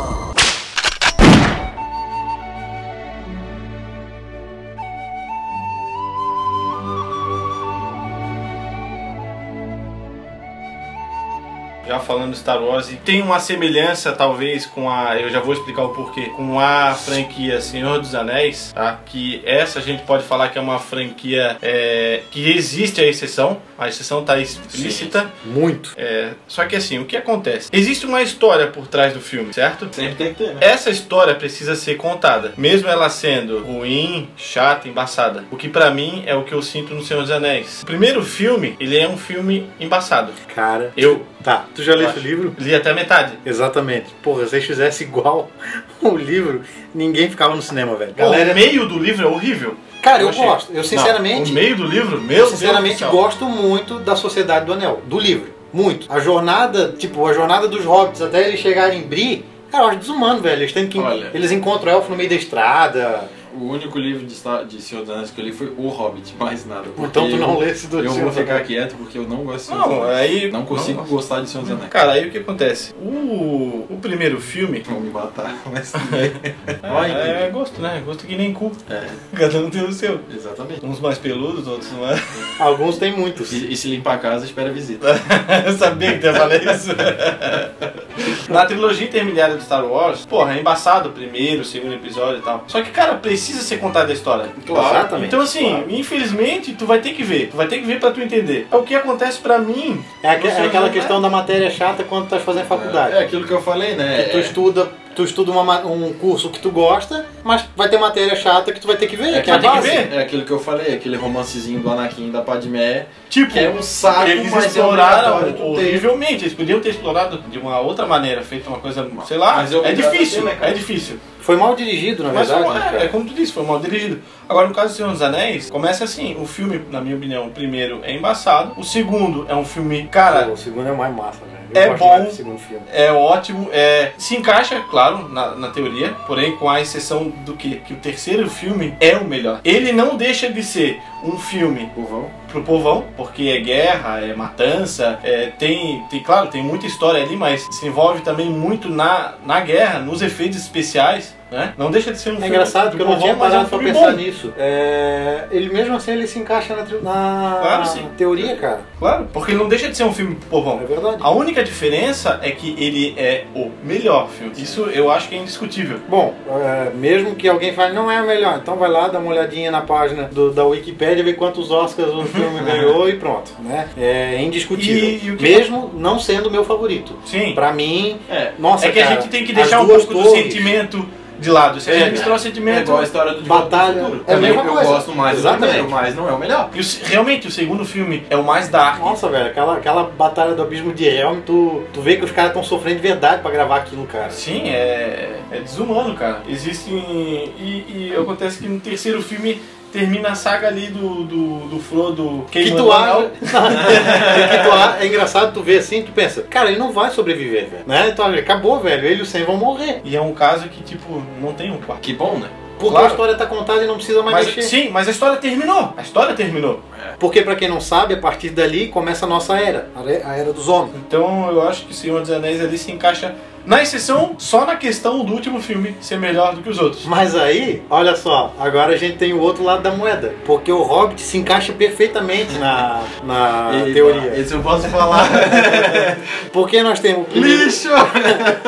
S5: Já falando de Star Wars, e tem uma semelhança, talvez, com a. Eu já vou explicar o porquê. Com a franquia Senhor dos Anéis, tá? Que essa a gente pode falar que é uma franquia é, que existe a exceção. A exceção tá explícita.
S1: Muito.
S5: É, só que assim, o que acontece? Existe uma história por trás do filme, certo?
S2: Sempre tem que ter, né?
S5: Essa história precisa ser contada, mesmo ela sendo ruim, chata, embaçada. O que pra mim é o que eu sinto no Senhor dos Anéis. O primeiro filme, ele é um filme embaçado.
S1: Cara.
S5: Eu
S1: Tá, tu já leu
S5: Acho.
S1: esse livro?
S5: li até a metade.
S1: Exatamente. Porra, se eles fizessem igual o livro, ninguém ficava no cinema, velho.
S5: Pô,
S1: Galera,
S5: O meio do livro é horrível.
S1: cara, eu,
S5: achei.
S1: gosto. Eu
S5: Não,
S1: sinceramente,
S5: o meio do livro, meu
S1: eu
S5: Deus
S1: sinceramente
S5: do céu.
S1: gosto muito da Sociedade do Anel, do livro. Muito. A jornada, tipo, a jornada dos hobbits até eles chegarem em Bri, cara, eu acho desumano, velho. Eles têm que
S2: Olha.
S1: eles encontram o elfo no meio da estrada.
S2: O único livro de, Star, de Senhor dos Anéis que eu li foi O Hobbit, mais nada. porque
S1: Então tu não
S2: eu-
S1: lê esse do
S2: Eu vou
S1: Senhor dos
S2: ficar
S1: Anéis.
S2: quieto porque eu não gosto de Senhor dos
S5: Não,
S2: Anéis.
S5: aí
S2: Não consigo gostar de Senhor dos Anéis.
S5: Cara, aí o que acontece? O, o primeiro filme
S2: Vão me matar, mas. Vai,
S5: é, é gosto, né? Gosto que nem cu. Cada um tem o seu.
S2: É, Exatamente.
S5: Uns mais peludos, outros não é.
S1: Alguns têm muitos.
S2: E, e se limpar a casa, espera a visita.
S5: Eu sabia que tu ia falar isso. Na trilogia intermediária do Star Wars, porra, é embaçado o primeiro, o segundo episódio e tal. Só que, cara, precisa ser contada a história.
S2: Claro.
S1: Exatamente.
S5: Então, assim, infelizmente, tu vai ter que ver. Tu vai ter que ver pra tu entender. É o que acontece pra mim.
S1: É, aque- é
S5: Você
S1: aquela
S5: não-
S1: questão da matéria chata quando tu tá fazendo faculdade.
S2: É aquilo que eu falei, né?
S1: Tu estuda, tu estuda uma ma- um curso que tu gosta, mas vai ter matéria chata que tu vai ter que ver,
S2: É
S1: que é a
S5: vai ter que
S1: base.
S5: ver.
S2: É aquilo que eu falei, aquele romancezinho do Anakin e da Padmé,
S5: Tipo,
S2: que é um saco,
S5: eles
S2: mas é
S5: exploraram
S2: obrigatório tu ter.
S5: horrivelmente. Eles podiam ter explorado de uma outra maneira, feito uma coisa, sei lá.
S2: Mas é
S5: É
S2: obrigado a
S5: difícil,
S2: ter, né, cara?
S5: é difícil.
S1: Foi mal dirigido, na
S5: Mas
S1: verdade.
S5: foi-
S1: né,
S5: é,
S1: cara?
S5: é como tu disse, foi mal dirigido. Agora, no caso do Senhor dos Anéis, começa assim: o filme, na minha opinião, o primeiro é embaçado, o segundo é um filme, cara,
S1: Pô, o segundo é o mais massa, velho.
S5: é bom.
S1: do segundo filme.
S5: é ótimo, é, se encaixa, claro, na, na teoria, porém, com a exceção do que? Que o terceiro filme é o melhor. Ele não deixa de ser um filme
S2: Povão.
S5: pro povão, porque é guerra, é matança, é, tem, tem, claro, tem muita história ali, mas se envolve também muito na, na guerra, nos efeitos especiais, né? Não deixa de ser um
S1: É
S5: filme
S1: engraçado
S5: do
S1: porque eu não
S5: povão,
S1: tinha
S5: mas é um
S1: parado pra
S5: filme
S1: pensar
S5: bom.
S1: nisso. É, Ele mesmo assim ele se encaixa na, tri- na
S5: Claro, sim.
S1: teoria, cara.
S5: Claro, porque ele não deixa de ser um filme pro
S1: É
S5: povão.
S1: verdade.
S5: A única diferença é que ele é o melhor filme. Isso eu acho que é indiscutível.
S1: Bom, é, mesmo que alguém fale, não é o melhor, então vai lá, dá uma olhadinha na página do- da Wikipédia, ver quantos Oscars o filme ganhou e pronto, né? É indiscutível.
S5: É. E- e o que-
S1: Mesmo não sendo o meu favorito.
S5: Sim.
S1: Pra mim,
S2: É.
S1: nossa,
S5: é que
S1: cara,
S5: a gente tem que
S1: as
S5: deixar um
S1: duas
S5: pouco do
S1: torres,
S5: sentimento de lado. Se a
S2: É,
S5: gente
S2: cara.
S5: misturar o sentimento.
S2: É igual a história do De Volta pro
S1: Batalha.
S2: Futuro.
S1: É a mesma
S2: eu
S1: coisa.
S2: gosto mais
S1: Exatamente.
S2: do primeiro, mas não é o melhor.
S5: E o se- realmente, o segundo filme é o mais dark.
S1: Nossa, velho, aquela, aquela batalha do abismo de Helm, tu, tu vê que os caras estão sofrendo de verdade pra gravar aquilo, cara.
S5: Sim, é, é desumano, cara. Existem. E, e acontece que no terceiro filme termina a saga ali do, do, do Frodo
S1: Que
S5: queimando
S1: tu
S5: o anel.
S1: acha. que tu acha. É engraçado tu ver assim, tu pensa, cara, ele não vai sobreviver, velho. Né? Então, olha, acabou, velho. Ele e o Sam vão morrer.
S5: E é um caso que, tipo, não tem um quarto.
S2: Que bom, né?
S1: Porque
S5: Claro.
S1: a história tá contada e não precisa mais
S5: Mas,
S1: mexer.
S5: sim, mas a história terminou. A história terminou.
S1: Porque, pra quem não sabe, a partir dali começa a nossa era. a re- A era dos homens.
S5: Então eu acho que Senhor dos Anéis ali se encaixa, na exceção, só na questão do último filme ser melhor do que os outros.
S1: Mas aí, olha só, agora a gente tem o outro lado da moeda. Porque o Hobbit se encaixa perfeitamente na, na
S2: Eba,
S1: teoria.
S2: Esse eu posso falar.
S1: Porque nós temos o primeiro-
S2: Lixo!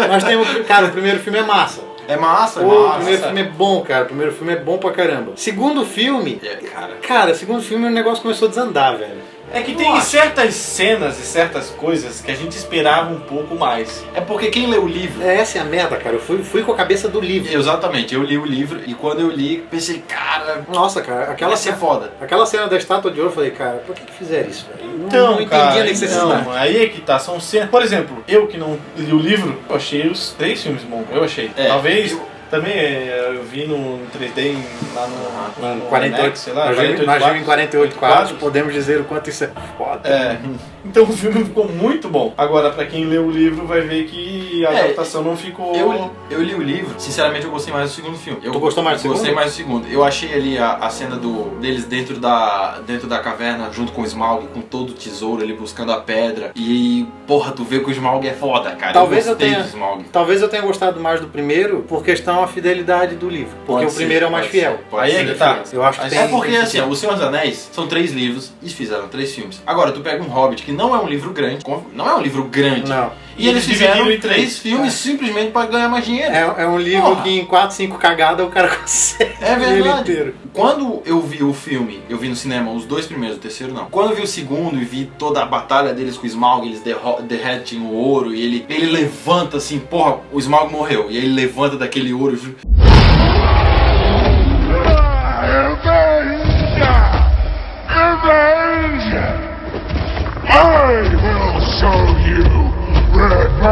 S1: Nós temos. Cara, o primeiro filme é massa.
S2: É massa, é
S1: Pô, o primeiro
S2: massa.
S1: filme é bom, cara. O primeiro filme é bom pra caramba. Segundo filme.
S2: É, cara.
S1: Cara, o segundo filme o negócio começou a desandar, velho.
S5: É que tem certas cenas e certas coisas que a gente esperava um pouco mais.
S2: É porque quem lê o livro
S1: É, essa é a merda, cara. Eu fui, fui com a cabeça do livro.
S2: Exatamente, eu li o livro e quando eu li, pensei,
S5: É.
S2: cara,
S1: Nossa, cara, aquela
S2: aquela ser
S1: cena,
S2: foda.
S1: aquela cena da estátua de ouro, eu falei, cara, por que, que fizeram isso, velho? Não- não entendi a
S5: Então, cara,
S1: necessidade.
S5: então, aí é que tá, são cenas. Por exemplo, eu que não li o livro, eu achei os três filmes bons. Eu achei.
S2: É,
S5: Talvez.
S2: eu-
S5: Também é, eu vi no 3D em- lá no,
S1: Mano,
S5: no
S1: 48,
S5: Nex, sei lá,
S1: nós vimos-
S5: 48
S1: nós vimos em 48 quadros,
S5: quadros.
S1: podemos dizer o quanto isso é foda.
S5: É. Então o filme ficou muito bom. Agora, pra quem lê o livro, vai ver que a
S2: É,
S5: adaptação não ficou.
S2: Eu, eu li o livro, sinceramente eu gostei mais do segundo filme. Eu
S1: Tu gostou mais do
S2: Gostei
S1: segundo?
S2: mais do segundo. Eu achei ali a, a cena do, deles dentro da, dentro da caverna, junto com o Smaug, com todo o tesouro ali buscando a pedra. E, porra, tu vê que o Smaug é foda, cara.
S1: Talvez eu
S2: gostei
S1: tenha-
S2: do Smaug.
S1: Talvez eu tenha gostado mais do primeiro por questão à fidelidade do livro, porque
S2: Pode
S1: o
S2: ser,
S1: primeiro é o mais
S2: pode
S1: fiel.
S2: ser, pode
S5: Aí é
S2: ser.
S5: que tá.
S1: Eu acho que tem,
S2: É porque
S1: tem
S2: assim, ó, o Senhor dos Anéis são três livros e fizeram três filmes. Agora, tu pega um Hobbit, que não é um livro grande, com- não é um livro grande.
S1: Não.
S2: E eles
S5: Eles dividiram
S2: fizeram
S5: em três.
S2: três filmes simplesmente pra ganhar mais dinheiro.
S1: É, é um livro
S2: Porra.
S1: que em 4, 5 cagadas o cara consegue
S2: É
S1: ele
S2: verdade.
S1: inteiro.
S2: Quando eu vi o filme, eu vi no cinema os dois primeiros, o terceiro não. Quando eu vi o segundo e vi toda a batalha deles com o Smaug, eles derro- derretem o ouro e ele, ele levanta assim, porra, o Smaug morreu. E ele levanta daquele ouro. ju-
S6: I will show you revenge!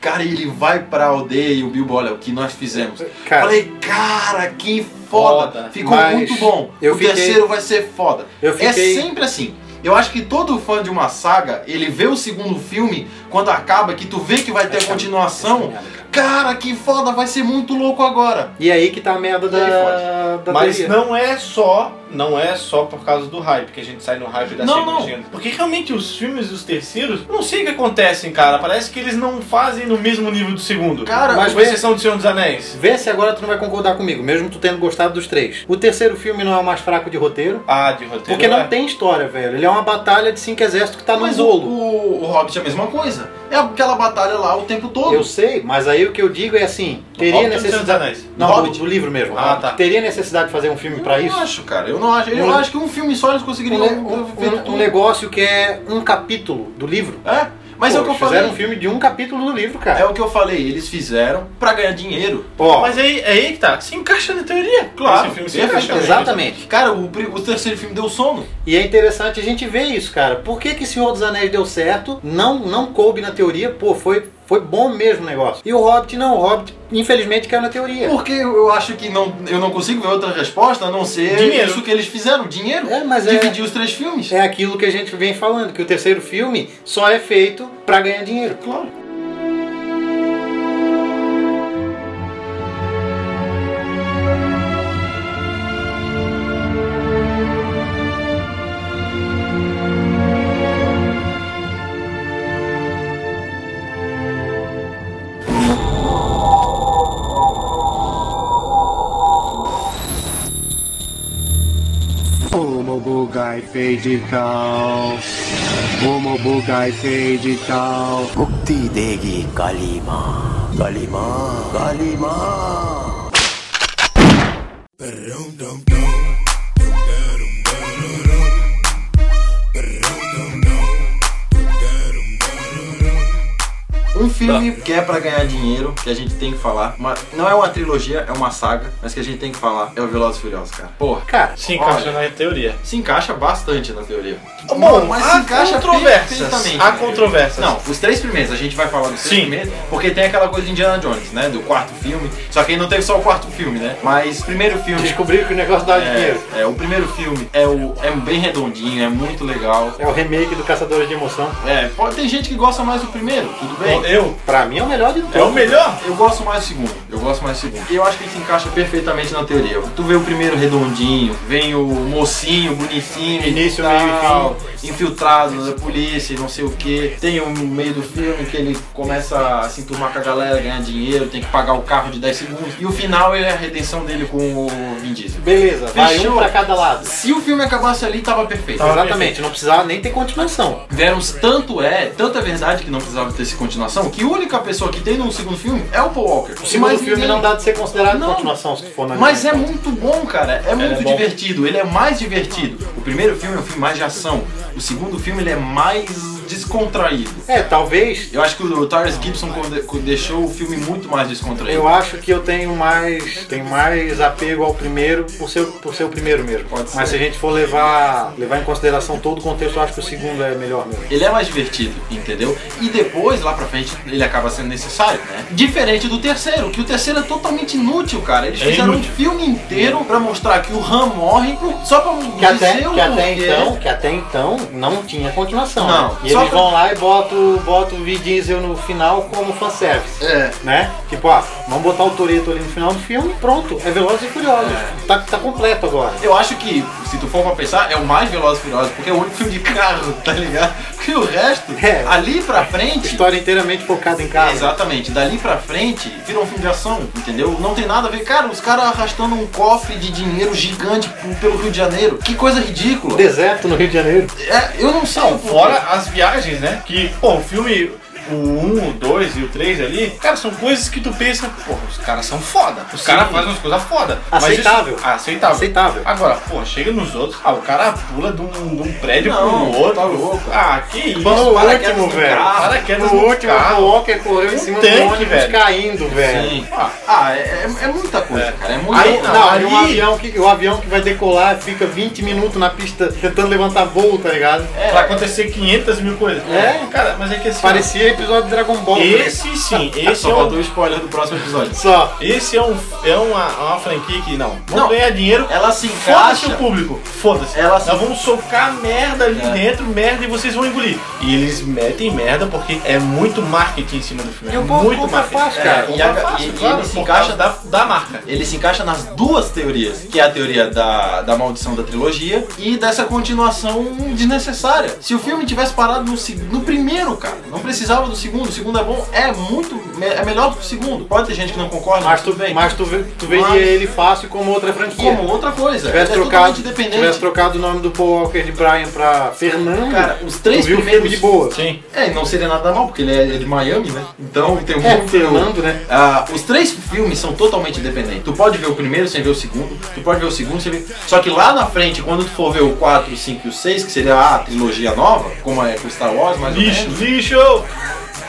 S2: Cara, e ele vai pra aldeia e o Bilbo, olha, o que nós fizemos.
S1: É, Cara.
S2: Falei, cara, que foda.
S5: Foda.
S2: Ficou
S1: Mas
S2: muito bom.
S1: eu
S2: o
S1: fiquei-
S2: terceiro vai ser foda.
S1: Eu
S2: É
S1: fiquei-
S2: sempre assim. Eu acho que todo fã de uma saga, ele vê o segundo filme, quando acaba, que tu vê que vai ter a continuação. Cara, que foda, vai ser muito louco agora.
S1: E aí que tá a merda
S2: E aí
S1: da, da
S5: Mas
S1: teoria.
S5: não é só, não é só por causa do hype que a gente sai no hype da
S2: Não,
S5: segunda
S2: não.
S5: agenda. Porque realmente os filmes dos terceiros, não sei o que acontecem, cara. Parece que eles não fazem no mesmo nível do segundo.
S2: Cara,
S5: mas
S1: mas
S5: com
S1: vê-
S5: exceção do Senhor dos Anéis.
S1: Vê se agora tu não vai concordar comigo, mesmo tu tendo gostado dos três. O terceiro filme não é o mais fraco de roteiro,
S5: Ah, de roteiro.
S1: porque
S5: é.
S1: não tem história, velho. Ele é uma batalha de cinco exércitos que tá no
S2: Mas o,
S1: bolo.
S2: o, o Hobbit é a mesma coisa. É aquela batalha lá o tempo todo.
S1: Eu sei, mas aí o que eu digo é assim,
S5: Volta
S1: teria
S5: do
S2: um
S5: Senhor dos
S1: necessidade...
S5: Anéis.
S1: Não, do,
S2: Hobbit?
S1: do livro mesmo.
S5: Ah, tá.
S1: Teria necessidade de fazer um filme
S2: Eu
S1: pra
S2: não
S1: isso?
S2: acho, cara. Eu não acho. Eu
S1: Um-
S2: acho que um filme só eles
S1: Um,
S2: conseguiriam.
S1: um- um- um negócio que é um capítulo do livro.
S2: É, mas
S1: Pô,
S2: é o que eu
S1: eles fizeram
S2: falei.
S1: um filme de um capítulo do livro, cara.
S2: É o que eu falei, eles fizeram pra ganhar dinheiro.
S1: Ó,
S5: Mas aí, é aí que tá. Se encaixa na teoria.
S2: Claro,
S5: Esse filme se
S2: perfeito,
S5: encaixa.
S1: exatamente.
S2: Cara, o, pri- o terceiro filme deu sono.
S1: E é interessante a gente ver isso, cara. Por que que Senhor dos Anéis deu certo? Não, não coube na teoria. Pô, foi, foi bom mesmo o negócio. E o Hobbit não. O Hobbit, infelizmente, caiu na teoria.
S2: Porque eu eu acho que não, eu não consigo ver outra resposta a não ser
S5: Dinheiro.
S2: isso que eles fizeram, dinheiro.
S1: É, mas é-
S2: Dividir os três filmes.
S1: É aquilo que a gente vem falando, que o terceiro filme só é feito pra ganhar dinheiro.
S2: Claro.
S3: Como bugai fez de cal. Como bugai fez de cal.
S4: मुक्ति देगी काली माँ काली माँ काली माँ
S2: Um filme que é pra ganhar dinheiro, que a gente tem que falar. Uma- não é uma trilogia, é uma saga, mas que a gente tem que falar. É o Velozes e Furiosos, cara. Porra.
S1: Cara,
S5: Se encaixa na teoria.
S2: Se encaixa bastante na teoria.
S5: Bom,
S2: mas
S5: há
S2: se encaixa
S5: controvérsias.
S2: perfeitamente.
S5: Há
S2: né?
S5: controvérsias.
S2: Não, os três primeiros, a gente vai falar dos três
S5: Sim.
S2: primeiros, porque tem aquela coisa de Indiana Jones, né? Do quarto filme. Só que aí não teve só o quarto filme, né? Mas primeiro filme.
S1: descobriram que o negócio dá dinheiro.
S2: É, é, o primeiro filme é, o, é bem redondinho, é muito legal.
S1: É o remake do Caçadores de Emoção.
S2: É, pode, tem gente que gosta mais do primeiro, tudo bem.
S5: Eu?
S1: Pra mim é o melhor de todos.
S5: É o melhor?
S2: Eu gosto mais do segundo. Eu gosto mais do segundo. E eu acho que ele se encaixa perfeitamente na teoria. Tu vê o primeiro redondinho, vem o mocinho bonitinho,
S1: Início,
S2: e tal,
S1: meio
S2: infiltrado na polícia, e não sei o que. Tem o meio do filme que ele começa a se enturmar com a galera, ganhar dinheiro, tem que pagar o carro de 10 segundos. E o final é a redenção dele com o Vin Diesel.
S1: Beleza, vai
S2: Fechou.
S1: um pra cada lado.
S2: Se o filme acabasse ali, tava perfeito.
S1: Exatamente, não precisava nem ter continuação.
S2: é Verons, tanto é, tanta verdade que não precisava ter essa continuação, que E a única pessoa que tem no segundo filme é o Paul Walker.
S1: O segundo
S2: Mas
S1: filme
S2: ninguém-
S1: não dá de ser considerado
S2: Não.
S1: continuação, se tu for na
S2: Mas é
S1: linha.
S2: muito bom, cara. É muito
S5: é bom.
S2: divertido. Ele é mais divertido. O primeiro filme é um filme mais de ação. O segundo filme ele é mais descontraído.
S1: É, talvez
S2: Eu acho que o Tyrese Gibson co- de- co- deixou o filme muito mais descontraído.
S1: Eu acho que eu tenho mais, tenho mais apego ao primeiro por ser, por ser o primeiro mesmo.
S2: Pode ser.
S1: Mas se a gente for levar, levar em consideração todo o contexto, eu acho que o segundo é melhor mesmo.
S2: Ele é mais divertido, entendeu? E depois, lá pra frente, ele acaba sendo necessário, né? Diferente do terceiro, que o terceiro é totalmente inútil, cara. Eles
S5: É
S2: fizeram
S5: inútil.
S2: um filme inteiro pra mostrar que o Han morre pro- só pra
S1: Que até,
S2: dizer o
S1: que, até
S2: porquê.
S1: então, que até então não tinha continuação. né?
S2: Não.
S1: E
S2: Só
S1: eles
S2: pra-
S1: vão lá e botam, botam o Vin Diesel no final como fanservice.
S2: É.
S1: Né? Tipo, ah, vamos botar o Toreto ali no final do filme, pronto, é Velozes e Furiosos. Tá, tá completo agora.
S2: Eu acho que, se tu for pra pensar, é o mais Veloz e Furioso, porque é o único filme de carro, tá ligado? Porque o resto,
S1: É.
S2: ali pra frente.
S1: História inteiramente focada em casa.
S2: Exatamente, dali pra frente vira um filme de ação, entendeu? Não tem nada a ver. Cara, os caras arrastando um cofre de dinheiro gigante p- pelo Rio de Janeiro. Que coisa ridícula.
S1: Deserto no Rio de Janeiro.
S2: É, eu não sei. o
S5: Não,
S2: porquê.
S5: fora as viagens, né? Que, pô, o filme, o 1, o 2 e o 3 ali, cara, são coisas que tu pensa, pô, os caras são foda. Os caras fazem umas coisas foda. Mas isso- é
S1: Aceitável.
S5: aceitável.
S1: Aceitável.
S5: Agora, pô, chega nos outros, ah, o cara pula de um, de um prédio
S2: Não,
S5: pro outro.
S2: tá louco.
S5: Ah, que isso.
S1: Bom, o
S5: paraquedas
S1: último,
S5: no
S1: velho.
S5: carro, Paraquedas
S1: No
S5: no
S1: último, o
S5: carro.
S1: Walker correu em
S5: Um
S1: cima
S5: tanque,
S1: do ônibus
S5: velho.
S1: caindo, velho.
S2: Sim. Ah, é, é- é muita coisa,
S5: É.
S2: cara. É muita
S1: Aí,
S2: coisa.
S1: não, aí o,
S5: ali-
S1: avião que, o avião que vai decolar fica 20 minutos na pista tentando levantar voo, tá ligado?
S5: Pra acontecer 500 mil coisas.
S1: É.
S5: Cara, mas é que assim...
S1: Parecia episódio de Dragon Ball. né?
S5: Esse sim, esse
S2: Só
S5: é um
S2: faltou o spoiler do próximo episódio.
S1: Só.
S5: Esse é, um, é uma, uma franquia que não. Vamos
S2: Não.
S5: ganhar dinheiro.
S2: Ela se
S5: Foda-se
S2: encaixa.
S5: o público. Foda-se.
S2: Ela se-
S5: Nós vamos socar merda ali
S2: É.
S5: dentro, merda, e vocês vão engolir. E eles metem merda porque é muito marketing em cima do filme.
S1: E
S5: é
S1: o povo
S5: muito
S1: compra fácil, cara.
S5: É,
S2: E
S5: e, a,
S2: a-
S5: fácil,
S2: e- e
S5: claro,
S2: ele se
S5: por
S2: encaixa-
S5: causa da, da marca.
S2: Ele se encaixa nas duas teorias, que é a teoria da, da maldição da trilogia e dessa continuação desnecessária. Se o filme tivesse parado no, seg- no primeiro, cara, não precisava do segundo. O segundo é bom, é muito me- é melhor que o segundo. Pode ter gente que não concorda,
S1: Mas tu,
S2: tudo bem.
S1: mas tu, vê- tu veria
S2: Mas-
S1: ele fácil como outra franquia.
S2: como outra coisa,
S1: Tivesse
S2: é
S1: trocado,
S2: totalmente independente.
S1: tivesse trocado o nome do Paul Walker de Brian pra Fernando,
S2: Cara, os três
S1: tu viu o
S2: primeiros-
S1: filme de boa.
S5: Sim.
S2: É, e não seria nada mal, porque ele é, é de Miami, né? Então tem
S1: É,
S2: muito.
S1: Fernando, né?
S2: Ah, os três filmes são totalmente independentes. Tu pode ver o primeiro sem ver o segundo, tu pode ver o segundo sem ver. Só que lá na frente, quando tu for ver o 4, o 5 e o 6, que seria a trilogia nova, como é com Star Wars, mais
S5: Lixo,
S2: ou menos,
S5: lixo!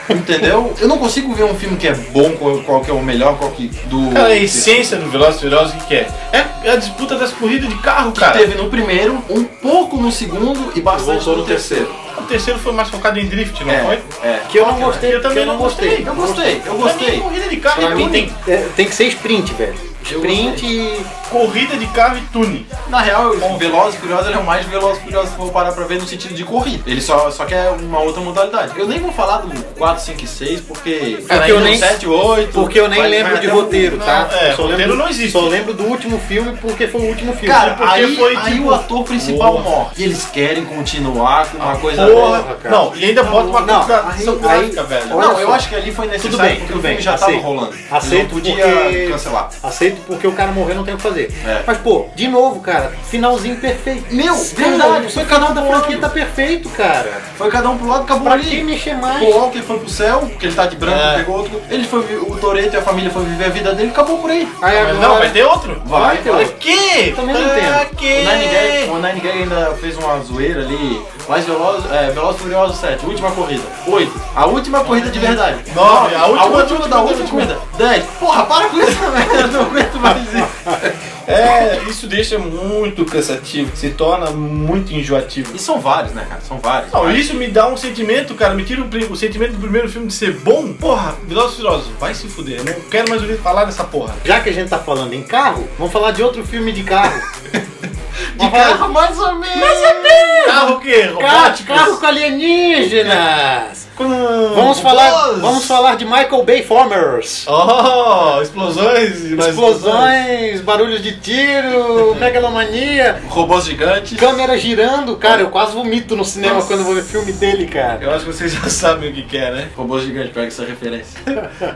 S2: entendeu? Eu não consigo ver um filme que é bom, qual, qual que é o melhor, qual que. do.
S5: Cara,
S1: É,
S5: a essência do Velozes e Furiosos, o que, que é? é? É a disputa das corridas de carro, cara.
S2: Teve no primeiro, um pouco no segundo e bastante
S1: Voltou
S2: no
S1: no
S2: terceiro.
S5: O terceiro foi mais focado em drift, não
S2: É,
S5: foi?
S2: é.
S1: Que eu não gostei,
S5: Eu também
S1: que eu não gostei.
S2: Eu gostei, eu
S5: Pra mim,
S2: gostei.
S5: corrida de carro
S1: Pra
S5: e
S1: mim
S5: tuning.
S1: tem, é, tem que ser sprint, velho. Sprint e.
S5: Corrida de carro e tuning.
S2: Na real, o Veloz e Furioso ele é o mais Veloz e Furioso se for parar pra ver no sentido de corrida. Ele só, só quer uma outra modalidade. Eu nem vou falar do 4, 5 e 6, porque.
S1: Porque É eu nem-
S2: 7, 8.
S1: Porque eu nem
S2: vai-
S1: lembro
S2: vai
S1: de
S2: até o-
S1: roteiro, tá?
S5: Não, é,
S1: só
S5: roteiro
S1: lembro,
S5: não existe.
S1: Só lembro do último filme porque foi o último filme.
S2: Cara,
S5: Porque
S2: aí,
S5: foi,
S2: aí
S5: tipo,
S2: o ator principal
S5: porra.
S2: morre. E eles querem continuar com
S1: Ah,
S2: uma coisa dessa.
S5: Porra,
S1: cara.
S5: não, e ainda bota uma
S1: Não,
S5: computação
S1: aí-
S5: gráfica,
S1: aí-
S5: velho.
S1: olha
S2: Não, eu
S1: só.
S2: acho que ali foi necessário
S1: Tudo bem,
S2: porque
S1: tudo
S2: o filme
S1: bem.
S2: já tava
S1: aceito.
S2: rolando.
S1: Aceito
S2: Ele não podia
S1: porque...
S2: cancelar.
S1: Aceito porque o cara morreu não tem o que fazer.
S2: É.
S1: Mas, pô, de novo, cara, finalzinho perfeito.
S2: Meu, verdade,
S1: o seu canal da
S2: foi
S1: franquia tá perfeito, cara.
S2: Foi cada um pro lado, acabou
S1: Pra
S2: ali.
S1: que mexer mais?
S2: O Walker foi pro céu, porque ele tá de branco,
S5: É.
S2: pegou outro. Ele foi, vi- o Toreto e a família foi viver a vida dele, acabou por aí.
S1: Aí
S5: Mas não, vai ter outro? Ah,
S1: Vai,
S2: vai.
S1: vai.
S5: Aqui!
S1: Também não entendo.
S5: Aqui!
S2: O Nine Gag, o Nine Gag ainda fez uma zoeira ali. Mais Veloz, é, Veloz e Furioso 7, última corrida. 8, a última corrida de verdade.
S5: Nove,
S2: a
S5: a última,
S2: última
S5: última,
S2: da última
S5: última.
S2: corrida. 10, porra, para com isso, velho. Não aguento mais isso.
S5: É, isso deixa muito cansativo, se torna muito enjoativo.
S2: E são vários, né, cara? São vários.
S5: Não, isso me dá um sentimento, cara, me tira o, pri- o sentimento do primeiro filme de ser bom. Porra, Velozes e Furiosos, vai se fuder, eu não quero mais ouvir falar dessa porra.
S1: Já que a gente tá falando em carro, vamos falar de outro filme de carro.
S2: de carro, mais ou menos.
S5: Carro o quê?
S1: Carro,
S5: Robóticos?
S1: carro com alienígenas. Vamos falar, vamos falar de Michael Bay Farmers.
S5: Oh, explosões e mais
S1: Explosões, barulhos de tiro, megalomania,
S2: Robôs gigantes.
S1: câmera girando. Cara, eu quase vomito no cinema quando eu vou ver filme dele, cara.
S5: Eu acho que vocês já sabem o que que é, né?
S2: Robôs gigantes, pega essa referência.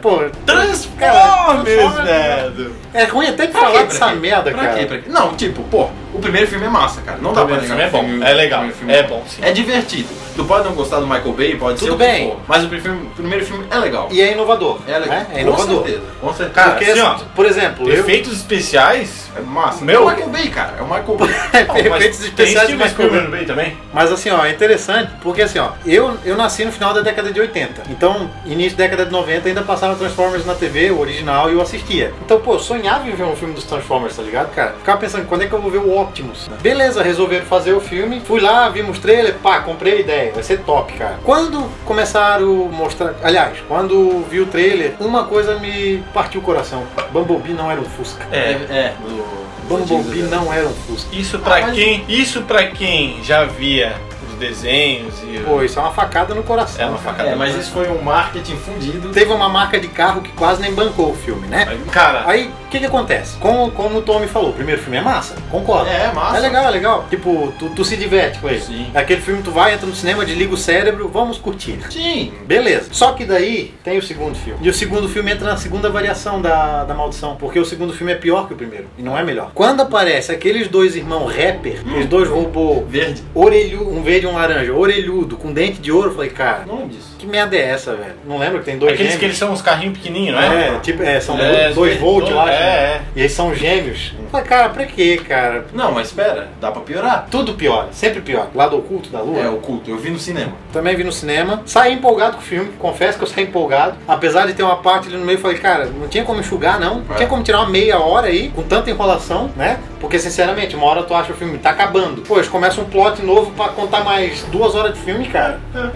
S1: Pô,
S5: Transformers, velho!
S1: é ruim até de
S2: Pra
S1: falar
S2: quê?
S1: dessa
S2: Pra quê?
S1: merda,
S2: Pra
S1: cara.
S2: quê? Pra quê? Não, tipo, pô, o primeiro filme é massa, cara. Não dá pra
S5: primeiro
S2: negar.
S5: filme é
S2: que o
S5: bom, é legal,
S2: o primeiro
S5: é bom, sim.
S2: É divertido. Tu pode não gostar do Michael Bay, pode ser
S1: Tudo
S2: o
S1: Tem.
S2: for. Mas o primeiro filme, o primeiro filme é legal.
S1: E é inovador.
S2: É legal.
S1: né? É inovador.
S2: Com certeza. Com certeza.
S5: Cara,
S1: Porque,
S5: assim, ó,
S1: por exemplo, eu...
S5: Efeitos especiais?
S2: é massa.
S5: meu-
S2: É o Michael Bay, cara. É o Michael Bay.
S5: Não, mas
S1: efeitos
S5: tem
S1: especiais
S5: Steven
S1: mais
S5: Spielberg no meio também?
S1: Mas assim, ó, é interessante, porque assim, ó, eu, eu nasci no final da década de 80. Então, início da década de 90 ainda passava Transformers na TV, o original, e eu assistia. Então, pô, eu sonhava em ver um filme dos Transformers, tá ligado, cara? Ficava pensando, quando é que eu vou ver o Optimus? né? Beleza, resolveram fazer o filme. Fui lá, vimos trailer, pá, comprei a ideia. Vai ser top, cara. Quando começaram a mostrar. Aliás, quando vi o trailer, uma coisa me partiu o coração. Bumblebee não era um Fusca.
S5: É.
S2: É, né? do.
S1: Bumblebee não era um Fusca.
S5: Isso pra
S2: Ah, mas-
S5: quem, isso para quem já via os desenhos e
S1: Pô, isso é uma facada no coração.
S5: é uma
S1: cara.
S5: facada.
S2: É, mas isso foi um marketing fundido.
S1: Teve uma marca de carro que quase nem bancou o filme, né?
S5: Cara,
S1: Aí, o que que acontece? Como, como o Tommy falou, o primeiro filme é massa, concordo.
S2: É, massa.
S1: É legal, é legal. Tipo, tu, tu se diverte com ele.
S2: Sim.
S1: Aquele filme tu vai, entra no cinema, desliga o cérebro, vamos curtir.
S2: Sim.
S1: Beleza. Só que daí tem o segundo filme. E o segundo filme entra na segunda variação da, da maldição. Porque o segundo filme é pior que o primeiro. E não é melhor. Quando aparece aqueles dois irmãos rapper,
S2: Hum.
S1: os dois robôs
S2: Verde.
S1: orelhudo, um verde e um laranja, orelhudo, com dente de ouro, eu falei, cara,
S2: Não lembro disso.
S1: que merda é essa, velho? Não lembro que tem dois
S5: aqueles
S1: gêmeos?
S5: que eles são uns carrinhos pequenininhos, não é?
S1: É, tipo, é, são
S5: É,
S1: dois
S5: dois-
S1: volts, eu acho.
S5: é,
S1: né?
S5: é.
S1: E eles são gêmeos. Eu Falei, cara, pra quê, cara?
S2: Não, mas espera, dá pra piorar.
S1: Tudo pior, sempre pior. Lado oculto da lua.
S2: É, o culto. Eu vi no cinema.
S1: Também vi no cinema. Saí empolgado com o filme, confesso que eu saí empolgado. Apesar de ter uma parte ali no meio, eu falei, cara, não tinha como enxugar, não. Não
S2: É.
S1: tinha como tirar uma meia hora aí, com tanta enrolação, né? Porque, sinceramente, uma hora tu acha o filme, tá acabando. Pô, eles começam um plot novo pra contar mais duas horas de filme, cara.
S2: Ai,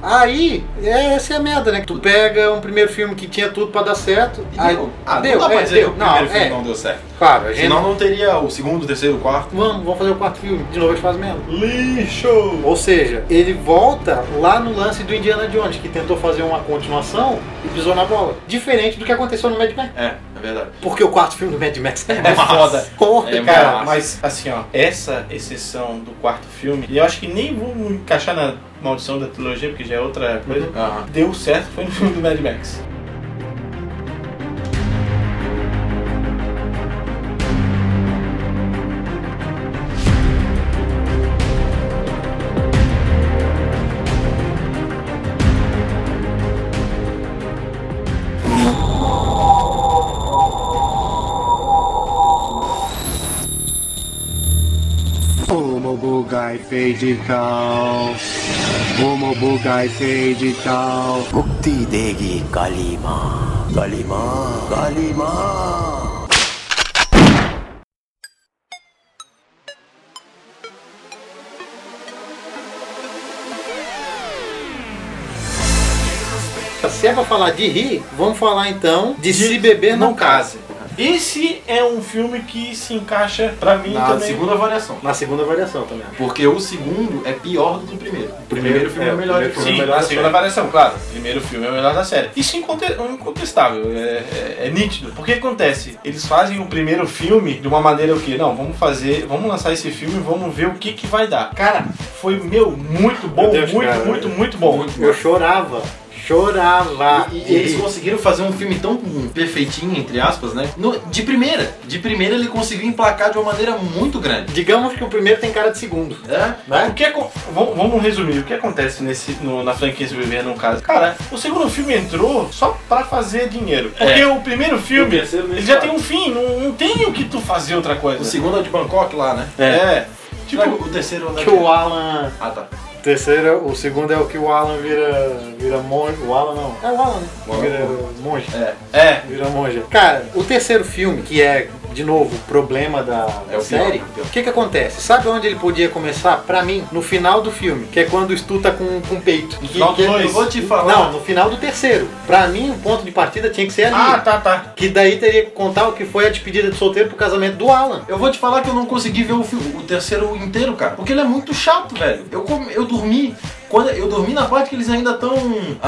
S2: ai.
S1: Aí, é, essa é a merda, né? Tu pega um primeiro filme que tinha tudo pra dar certo.
S2: E
S1: aí,
S2: deu. Ah, não dá pra
S1: é,
S2: dizer
S1: deu.
S2: que o
S1: Não,
S2: primeiro filme
S1: é,
S2: não deu certo.
S1: Claro, a gente
S2: Senão não teria o segundo, terceiro, quarto.
S1: Vamos, vamos fazer o quarto filme. De novo eles fazem merda.
S5: Lixo!
S1: Ou seja, ele volta lá no lance do Indiana Jones, que tentou fazer uma continuação e pisou na bola. Diferente do que aconteceu no Mad Max.
S2: É, é verdade.
S1: Porque o quarto filme do Mad Max é,
S2: É foda.
S1: Porra,
S2: É
S1: cara.
S5: Cara, mas assim, ó, essa exceção do quarto filme, e eu acho que nem vou encaixar na maldição da trilogia, porque já é outra coisa,
S1: Uhum.
S2: Aham.
S5: deu certo foi no filme do Mad Max.
S3: Homo Bugai Feidical. Homo Bugai Feidical.
S4: मुक्ति देगी काली माँ काली माँ काली माँ
S1: Se é pra falar de rir, vamos falar então de, se beber não, case.
S5: Esse é um filme que se encaixa pra mim
S2: Na
S5: também.
S2: segunda variação.
S1: Na segunda variação também.
S2: Porque o segundo é pior do que o primeiro. O primeiro filme é, o melhor de
S1: primeiro filme
S5: Sim,
S1: é
S2: todos.
S1: melhor
S5: a
S1: da
S5: segunda
S1: série.
S5: variação, claro. O primeiro filme é o melhor da série. Isso é inconte- incontestável, é, é- é nítido. Porque acontece? Eles fazem o primeiro filme de uma maneira o quê? Não, vamos fazer, vamos lançar esse filme e vamos ver o que, que vai dar. Cara, foi, meu, muito bom,
S1: Meu Deus,
S5: muito,
S1: cara, é
S5: muito, muito bom.
S1: Eu chorava. Chorava.
S2: E, e eles conseguiram fazer um filme tão perfeitinho, entre aspas, né? No- de primeira. De primeira ele conseguiu emplacar de uma maneira muito grande.
S1: Digamos que o primeiro tem cara de segundo. né?
S2: É?
S5: Né? O que acon- vamo- vamos resumir, o que acontece nesse, no- na franquia Se Viver no caso? Cara, o segundo filme entrou só pra fazer dinheiro.
S1: É.
S5: Porque o primeiro filme, ele já tem um fim, não, não tem o que tu fazer outra coisa.
S2: O segundo é o de Bangkok lá, né?
S5: é. Tipo,
S2: Tipo, o terceiro é o da-
S1: Que o Alan.
S2: Ah, tá.
S1: Terceiro, o segundo é o que o Alan vira. Vira monge. O Alan não. É o Alan, né?
S2: O Alan.
S1: Vira monge.
S2: É.
S5: é,
S1: Vira monja. Cara, o terceiro filme, que é, de novo, o problema da
S2: É o
S1: série,
S2: pior.
S1: o que que acontece? Sabe onde ele podia começar? Pra mim, no final do filme, que é quando o Stu tá com, com peito. Que-
S5: final do
S1: que- é-
S5: dois.
S2: Eu vou te falar.
S1: Não, no final do terceiro. Pra mim, o ponto de partida tinha que ser ali.
S5: Ah, tá, tá.
S1: Que daí teria que contar o que foi a despedida de solteiro pro casamento do Alan.
S2: Eu vou te falar que eu não consegui ver o, filme, o terceiro inteiro, cara. Porque ele é muito chato, velho. Eu, com- eu dormi. Quando eu dormi na parte que eles ainda estão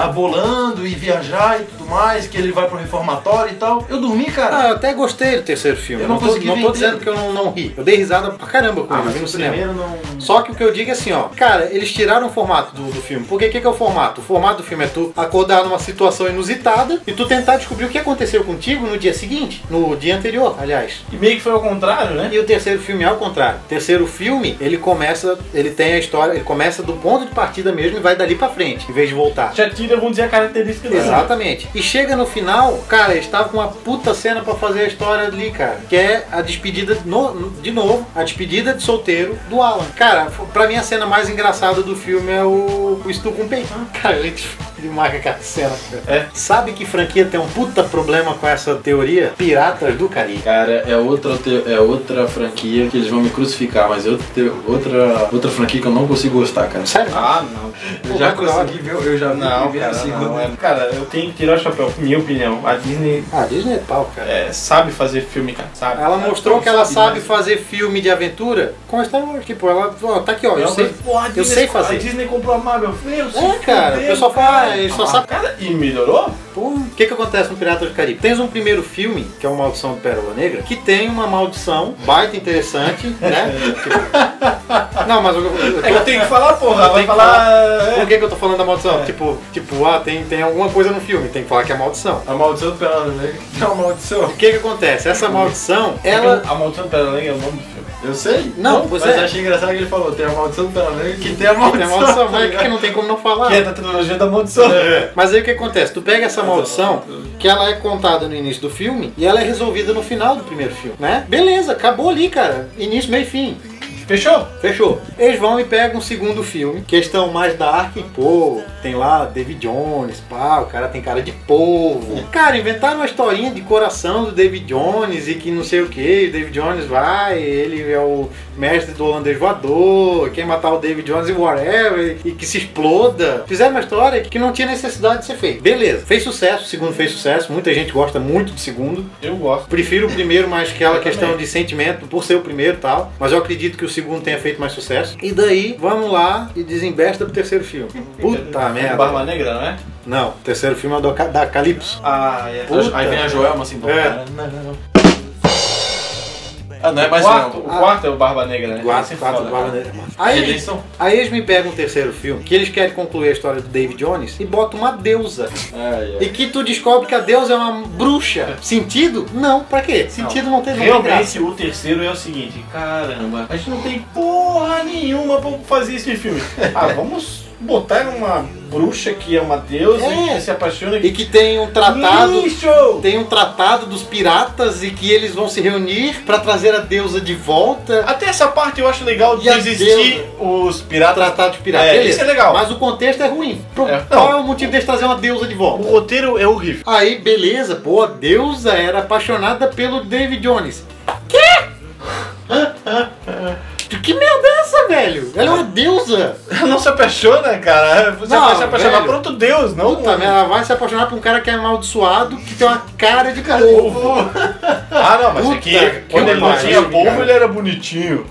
S2: abolando e viajar e tudo mais, que ele vai pro reformatório e tal. Eu dormi,
S1: Ah,
S2: cara.
S1: eu até gostei do terceiro filme.
S2: Eu não
S1: tô,
S2: consegui Ah,
S1: não
S2: ver
S1: tô
S2: inteiro.
S1: dizendo que eu não, não ri. Eu dei risada pra caramba com ele, eu vi Ah, no cinema.
S2: não.
S1: Só que o que eu digo é assim, ó, cara, eles tiraram o formato do, do filme. Porque o que, que é o formato? O formato do filme é tu acordar numa situação inusitada e tu tentar descobrir o que aconteceu contigo no dia seguinte, no dia anterior, aliás.
S5: E meio que foi ao contrário, né?
S1: E o terceiro filme é ao contrário. O terceiro filme, ele começa, ele tem a história, ele começa do ponto de partida mesmo e vai dali pra frente, em vez de voltar.
S5: Já tira, vamos dizer, a característica dele.
S1: Exatamente. E chega no final, cara, eles estavam com uma puta cena pra fazer a história ali, cara. Que é a despedida, no- de novo, a despedida de solteiro do Alan. Cara, f- pra mim a cena mais engraçada do filme é o, o Stu com peitão. Cara, ele, ele marca aquela cena, cara.
S5: É.
S1: Sabe que franquia tem um puta problema com essa teoria? Piratas do Caribe.
S2: Cara, é outra, te- é outra franquia que eles vão me crucificar, mas é outra, te- outra, outra franquia que eu não consigo gostar, cara.
S1: Sério?
S5: Ah, não.
S2: Eu já
S1: Pô, vai
S2: consegui ver, eu
S1: Ah,
S2: já vi-
S5: Não,
S2: vi
S5: cara,
S2: a
S1: assim,
S2: segunda.
S5: não, é- cara, eu tenho que tirar o chapéu, minha opinião. A Disney
S1: Ah, Disney é pau, cara.
S5: é, sabe fazer filme, cara, sabe?
S1: Ela mostrou que ela sabe
S5: fazer. né?
S1: fazer filme de aventura com Star Wars. Tipo, ela, ó, tá aqui, ó, eu
S5: Não,
S1: sei,
S5: mas, porra, a
S1: eu
S5: Disney-
S1: sei
S5: A
S1: fazer.
S5: Disney comprou a Marvel. Meu,
S1: É, cara, o pessoal fala, ah, ele só sabe.
S5: Cara, e melhorou?
S1: Pô, O que que acontece no Piratas do Caribe? Tens um primeiro filme, que é o Maldição do Pérola Negra, que tem uma maldição baita interessante, né? Tipo, Não, mas eu, eu,
S5: É que eu tenho que falar, porra.
S1: tenho
S5: Vai
S1: que
S5: falar.
S1: por
S5: é,
S1: que que eu tô falando da maldição? Tipo, tipo, ah, tem, tem alguma coisa no filme, tem que falar que é maldição.
S2: A maldição do Pelado Negra. É uma maldição.
S1: O que que acontece? Essa maldição,
S5: É
S1: ela...
S5: A Maldição do Pérola Negra é o nome do filme.
S2: Eu sei.
S1: Não,
S2: mas
S1: pois é.
S2: achei engraçado que ele falou, tem a maldição do Pelado Negra que né? tem a
S1: Tem a
S2: maldição.
S1: é maldição,
S2: tá
S1: mas que
S2: ligado?
S1: não tem como não falar.
S5: Que é da trilogia da Maldição.
S2: É.
S1: Mas aí o que acontece? Tu pega essa maldição, que ela é contada no início do filme, e ela é resolvida no final do primeiro filme, né? Beleza, acabou ali, cara. Início, meio e fim.
S5: Fechou?
S1: Fechou. Eles vão e pegam um segundo filme, questão mais dark, pô, tem lá David Jones, pá, o cara tem cara de polvo. Cara, inventaram uma historinha de coração do David Jones e que não sei o que, o David Jones vai, ele é o mestre do holandês voador, quem matar o David Jones e whatever, e que se exploda. Fizeram uma história que não tinha necessidade de ser feita. Beleza, fez sucesso, o segundo fez sucesso, muita gente gosta muito do segundo.
S5: Eu gosto.
S1: Prefiro o primeiro, mas aquela
S5: Eu
S1: questão
S5: também.
S1: de sentimento, por ser o primeiro e tal. Mas eu acredito que o segundo tenha feito mais sucesso. E daí, vamos lá e desembesta pro terceiro filme. Puta merda.
S5: Barba Negra, não é?
S1: Não, o terceiro filme é o do Ca- da Calypso.
S5: Ah, né? é.
S1: Puta.
S2: Aí vem a Joelma assim, pô,
S1: É.
S2: cara. Não, não, não. Ah, não é
S5: O
S2: mais
S5: quarto,
S2: não.
S5: o quarto é o Barba Negra, né?
S1: Quatro,
S5: Esse é
S1: quatro,
S5: foda,
S1: quatro,
S5: cara.
S1: né?
S2: É
S1: Aí,
S2: Eleição.
S1: aí eles me pegam o terceiro filme, que eles querem concluir a história do David Jones, e botam uma deusa.
S2: Ai, ai.
S1: E que tu descobre que a deusa é uma bruxa. Sentido? Não, pra quê? Sentido não, tem nada.
S5: Realmente o terceiro é o seguinte, caramba, a gente não tem porra nenhuma pra fazer esse filme. Ah, vamos botar uma bruxa que é uma deusa
S1: É.
S5: que se apaixona
S1: E que tem um tratado
S5: Lixo!
S1: Tem um tratado dos piratas e que eles vão se reunir pra trazer a deusa de volta.
S5: Até essa parte eu acho legal de
S1: E a
S5: existir os piratas.
S1: Tratado de pirata.
S5: É,
S1: Beleza.
S5: isso é legal.
S1: Mas o contexto é ruim. Pro-
S5: É.
S1: Qual é o motivo deles trazer uma deusa de
S5: O
S1: volta?
S5: roteiro é horrível.
S1: Aí, beleza, pô, a deusa era apaixonada pelo David Jones. Quê? que merda é essa, velho? Ela é uma deusa.
S5: Não se apaixona, cara. Você
S1: Não,
S5: vai se apaixonar
S1: velho.
S5: por outro deus, não?
S1: Puta, merda, ela vai se apaixonar por um cara que é amaldiçoado, que tem uma cara de povo.
S5: Ah, não, mas
S1: Puta,
S5: aqui,
S1: que
S5: quando ele não
S1: maravilha,
S5: tinha
S1: cara.
S5: povo, ele era bonitinho.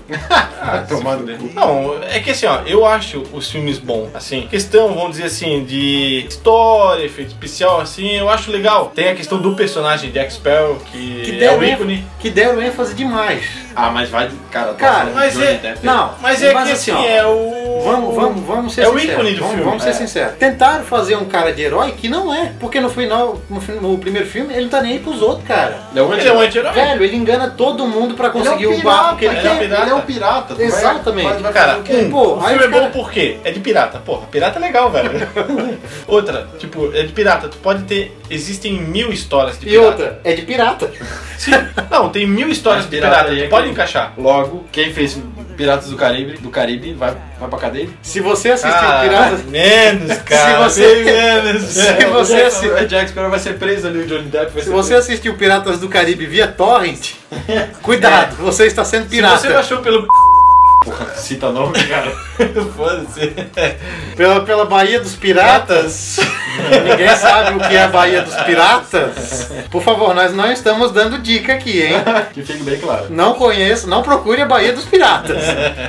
S2: Ah, tomado no cu.
S5: Não, é que assim, ó, eu acho os filmes bons. Assim, questão, vamos dizer assim, de história, efeito especial, assim, eu acho legal. Tem a questão do personagem Jack Sparrow, que,
S1: Que
S5: é
S1: deram
S5: o
S1: ênf-
S5: ícone.
S1: Que deram ênfase demais.
S2: Ah, mas vai. Cara,
S1: Cara,
S2: nossa,
S5: mas
S2: Johnny
S5: é-
S2: Depp
S1: Não,
S5: Mas é que
S1: assim,
S5: assim,
S1: ó,
S5: é o.
S1: Vamos, vamos, vamos ser
S5: É o
S1: sinceros.
S5: ícone do
S1: vamos,
S5: filme.
S1: Vamos
S5: É.
S1: ser sinceros. Tentaram fazer um cara de herói que não é, porque no final, no, fi- no primeiro filme, ele não tá nem aí pros outros, cara.
S2: Ele é um
S5: Ele é
S2: herói.
S5: um anti-herói.
S1: Velho, ele engana todo mundo pra conseguir
S2: Ele é um
S1: o barco que ele
S5: pirata,
S1: quer.
S5: ele é um
S2: pirata.
S5: pirata.
S2: tu vai-
S1: Exatamente.
S2: vai- vai
S5: Cara,
S2: fazer o quê?
S5: um,
S1: Pô,
S5: o
S1: aí
S5: filme é
S1: os cara-
S5: bom por quê? É de pirata, porra. Pirata é legal, velho. outra, tipo, é de pirata. Tu pode ter. Existem mil histórias de
S1: E
S5: pirata.
S1: outra, é de pirata.
S5: Sim. Não, tem mil histórias
S2: Mas
S5: de
S2: pirata
S5: pirata.
S2: aí é
S5: Tu pode
S2: que-
S5: encaixar.
S2: Logo, quem fez Piratas do Caribe, do Caribe vai, vai pra cadeia? Ah,
S1: Se você assistiu
S5: Cara,
S1: Piratas.
S5: menos, cara.
S1: é você-
S5: bem menos.
S1: Se você
S2: O Jack-
S1: assi-
S2: É, o Jack Sparrow vai ser preso ali, o Johnny Depp vai
S1: Se
S2: ser
S1: você assistiu Piratas do Caribe via Torrent, cuidado, você está sendo pirata.
S5: É. Se você baixou pelo
S2: preso. Cita nome, cara.
S5: Foda-se.
S1: Pela, pela Bahia dos Piratas. Ninguém sabe o que é a Bahia dos Piratas. Por favor, nós não estamos dando dica aqui, hein?
S2: Que fique bem claro.
S1: Não conheço, não procure a Bahia dos Piratas.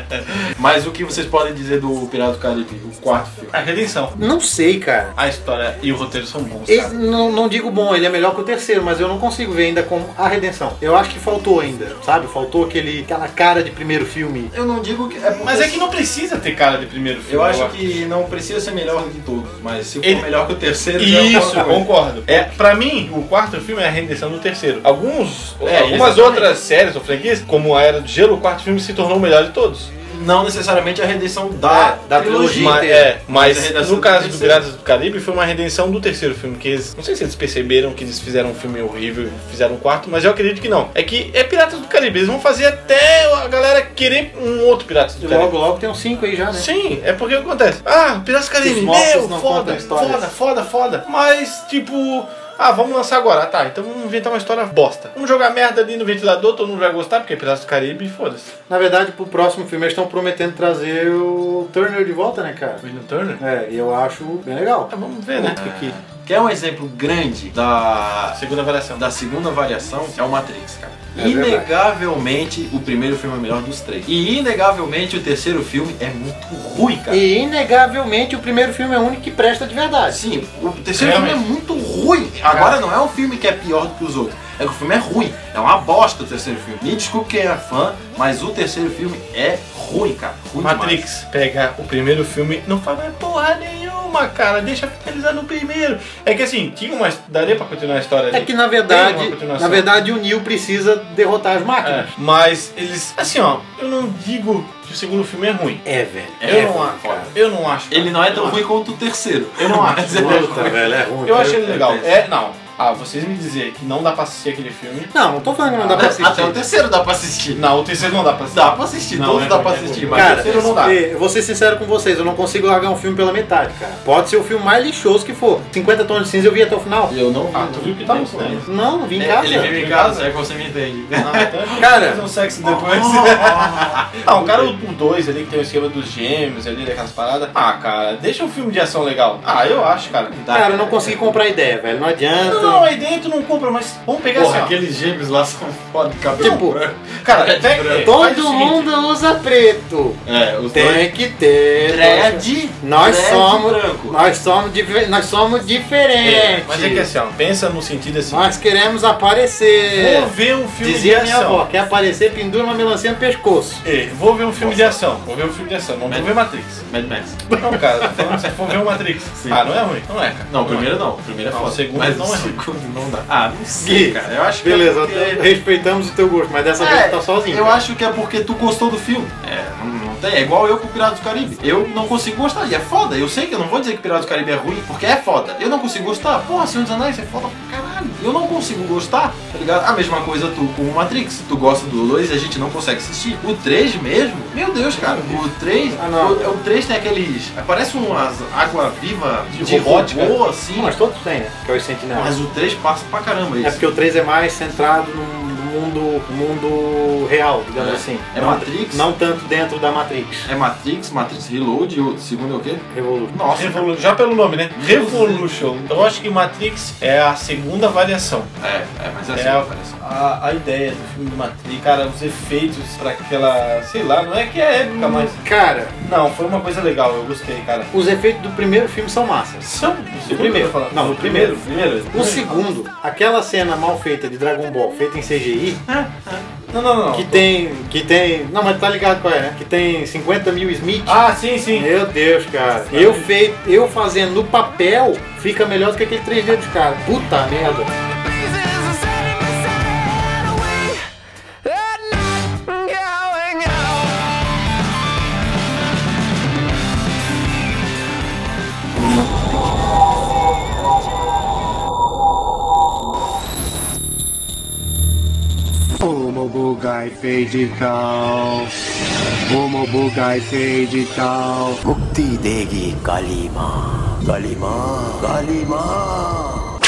S2: Mas o que vocês podem dizer do Pirata do Caribe, o quarto filme?
S5: A redenção.
S1: Não sei, cara.
S5: A história e o roteiro são bons,
S1: Esse-
S5: cara.
S1: não, não digo bom, ele é melhor que o terceiro, mas eu não consigo ver ainda como a redenção. Eu acho que faltou ainda, sabe? Faltou aquele, aquela cara de primeiro filme.
S2: Eu não digo que. É porque-
S5: Mas é que não precisa ter cara de primeiro filme.
S2: Eu acho que não precisa ser melhor do que todos, mas se for
S5: Ele-
S2: melhor que o terceiro, já é
S5: Isso,
S2: alguma coisa.
S5: concordo. É, pra mim, o quarto filme é a redenção do terceiro. Alguns,
S2: É,
S5: algumas
S2: exatamente.
S5: outras séries ou franquias, como a Era do Gelo, o quarto filme se tornou o melhor de todos.
S2: não necessariamente a redenção da,
S1: É, da trilogia
S2: mas-
S5: Mas,
S1: inteira.
S5: é, mas
S2: Mas a redenção
S5: no caso
S2: do
S5: do
S2: terceiro.
S5: Piratas do Caribe foi uma redenção do terceiro filme, que eles. Não sei se eles perceberam que eles fizeram um filme horrível e fizeram um quarto, mas eu acredito que não. É que é Piratas do Caribe, eles vão fazer até a galera querer um outro Piratas
S1: E
S5: do Caribe.
S1: logo, logo tem uns 5 aí já, né?
S5: Sim, é porque acontece. Ah, Piratas do Caribe,
S1: Os mortos
S5: meu,
S1: não
S5: foda,
S1: contam histórias.
S5: foda, foda, foda. Mas, tipo. Ah, vamos lançar agora. Ah, Tá, então vamos inventar uma história bosta. Vamos jogar merda ali no ventilador, todo mundo vai gostar, porque é Piratas do Caribe, foda-se.
S1: Na verdade, pro próximo filme eles estão prometendo trazer o Turner de volta, né, cara?
S5: William Turner?
S1: É, e eu acho bem legal.
S5: Ah, vamos ver, né? Aqui.
S2: Quer um exemplo grande da
S5: Segunda variação.
S2: da segunda variação é o Matrix, cara.
S1: É
S2: inegavelmente, o primeiro filme é o melhor dos três. E inegavelmente, o terceiro filme é muito ruim, cara.
S1: E inegavelmente o primeiro filme é o único que presta de verdade.
S2: Sim, o terceiro
S5: Realmente.
S2: filme é muito ruim. Agora não é um filme que é pior do que os outros. É que o filme é ruim. É uma bosta o terceiro filme. Me desculpe quem é fã, mas o terceiro filme é ruim, cara. Ruim demais.
S5: Matrix pega o primeiro filme, não faz mais porra nenhuma, cara. Deixa finalizar no primeiro. É que assim, tinha uma. Daria pra continuar a história ali.
S1: É que na
S5: Tem uma
S1: verdade, na
S5: continuação.
S1: verdade o Neo precisa derrotar as
S5: É,
S1: máquinas.
S5: mas eles. Assim, ó, eu não digo que o segundo filme é ruim.
S1: É, velho.
S2: É,
S5: eu, não
S2: ruim,
S5: acho,
S2: cara.
S5: cara. eu não acho. cara.
S2: Ele não é
S5: Eu
S2: tão ruim quanto o terceiro.
S5: Eu não acho.
S2: Mas
S5: Eu
S2: ele é
S5: acho.
S2: ruim.
S1: velho, é ruim.
S5: Eu achei ele legal.
S2: péssimo.
S5: É, não. Ah, vocês me dizer que não dá pra assistir aquele filme.
S1: Não, não tô falando que não dá pra assistir.
S2: Ah, Até é o terceiro dá pra assistir.
S5: Não, o terceiro não dá pra assistir.
S2: Dá pra assistir,
S5: Não,
S2: todos
S5: é
S2: dá
S5: ruim,
S2: pra
S5: é
S2: assistir,
S5: ruim.
S2: mas
S1: Cara,
S2: o terceiro não dá.
S1: e eu vou ser sincero com vocês, eu não consigo largar um filme pela metade, cara. Pode ser o filme mais lixoso que for. 50 tons de cinza eu vi até o final.
S2: Eu não vi.
S5: Ah, tu viu que tá no cinema.
S1: Não, vim em
S2: É,
S1: casa.
S2: ele vive em casa, é que você me entende.
S1: Cara.
S5: um sexo depois. ah, o cara, o 2 ali, que tem o esquema dos gêmeos ali, daquelas paradas. Ah, cara, deixa um filme de ação legal. Ah, eu acho, cara.
S1: Cara, eu não consegui comprar ideia, velho. Não adianta.
S5: Não, não, aí dentro não compra, mas vamos pegar
S2: Porra,
S5: assim, ó.
S2: aqueles gêmeos lá são foda, cabelo
S1: Tipo,
S2: branco.
S5: Cara, pega, faz o
S1: Todo
S5: seguinte.
S1: mundo usa preto.
S2: É, os dois.
S1: Tem que ter.
S2: Dread,
S1: Nós
S2: dread
S1: somos.
S2: branco.
S1: Nós somos, dife- nós somos diferentes.
S5: Mas é que assim, ó, pensa no sentido assim.
S1: Nós queremos aparecer.
S5: Vou ver um filme
S1: é, Dizia
S5: de
S1: minha
S5: ação.
S1: avó, quer aparecer, pendura uma melancia no pescoço.
S5: Ei, vou ver um filme de ação. Vou ver um filme de ação. Não vou ver Matrix.
S2: Mad Max.
S5: Não, cara, tô falando, se for ver o Matrix. Ah, não é ruim? Não é, cara.
S2: Não, o primeiro não. O primeiro é
S5: Não,
S2: foda.
S5: o segundo
S2: mas
S5: não
S2: o
S5: é.
S2: segundo não dá. Ah, não sei,
S1: Gui,
S2: cara. Eu acho que.
S1: Beleza,
S2: é porque-
S1: até respeitamos o teu gosto, mas dessa vez
S2: É,
S1: tu tá sozinho.
S2: Eu
S1: cara.
S2: acho que é porque tu gostou do filme. É, não, não tem. É igual eu com Piratas do Caribe. Eu não consigo gostar. E é foda. Eu sei que eu não vou dizer que Piratas do Caribe é ruim, porque é foda. Eu não consigo gostar. Porra, Senhor dos Anéis é foda pra caralho. Eu não consigo gostar, tá ligado? A mesma coisa tu com o Matrix. Tu gosta do 2 e a gente não consegue assistir. O 3 mesmo? Meu Deus, cara. O 3.
S1: Ah, não.
S2: O, o 3 tem aqueles. Parece umas água-viva
S5: De
S2: de,
S5: robótica.
S2: robô, assim.
S1: Mas todos têm, né? Que é os sentinelas.
S2: Mas o 3 passa pra caramba isso.
S1: É porque o 3 é mais centrado no mundo, mundo real, digamos
S2: É.
S1: assim.
S2: É
S1: não,
S2: Matrix?
S1: Não tanto dentro da Matrix.
S2: É Matrix, Matrix Reload, e o segundo é o quê?
S1: Revolution.
S2: Nossa, cara.
S5: Revolu- Já pelo nome, né? Revolution. Então eu acho que Matrix é a segunda variação.
S2: É, é, mas é assim,
S5: É a,
S2: parece.
S5: a, a ideia do filme do Matrix, cara, os efeitos pra aquela. sei lá, não é que é época, mas.
S1: Cara,
S5: Não, foi uma coisa legal, eu gostei, cara.
S1: os efeitos do primeiro filme são massas.
S5: São.
S1: Do primeiro. Não, do primeiro.
S5: primeiro. Hum.
S1: O segundo, aquela cena mal feita de Dragon Ball, feita em CGI,
S5: Não, não, não.
S1: que tem. que tem. Não, mas tá ligado qual é, né? Que tem 50 mil Smith.
S5: Ah, sim, sim.
S1: Meu Deus, cara. Eu, fei, eu fazendo no papel fica melhor do que aquele 3D dos caras. Puta merda.
S3: Omo Bugai Feidical. Omo Bugai Feidical.
S4: मुक्ति देगी काली माँ काली माँ काली माँ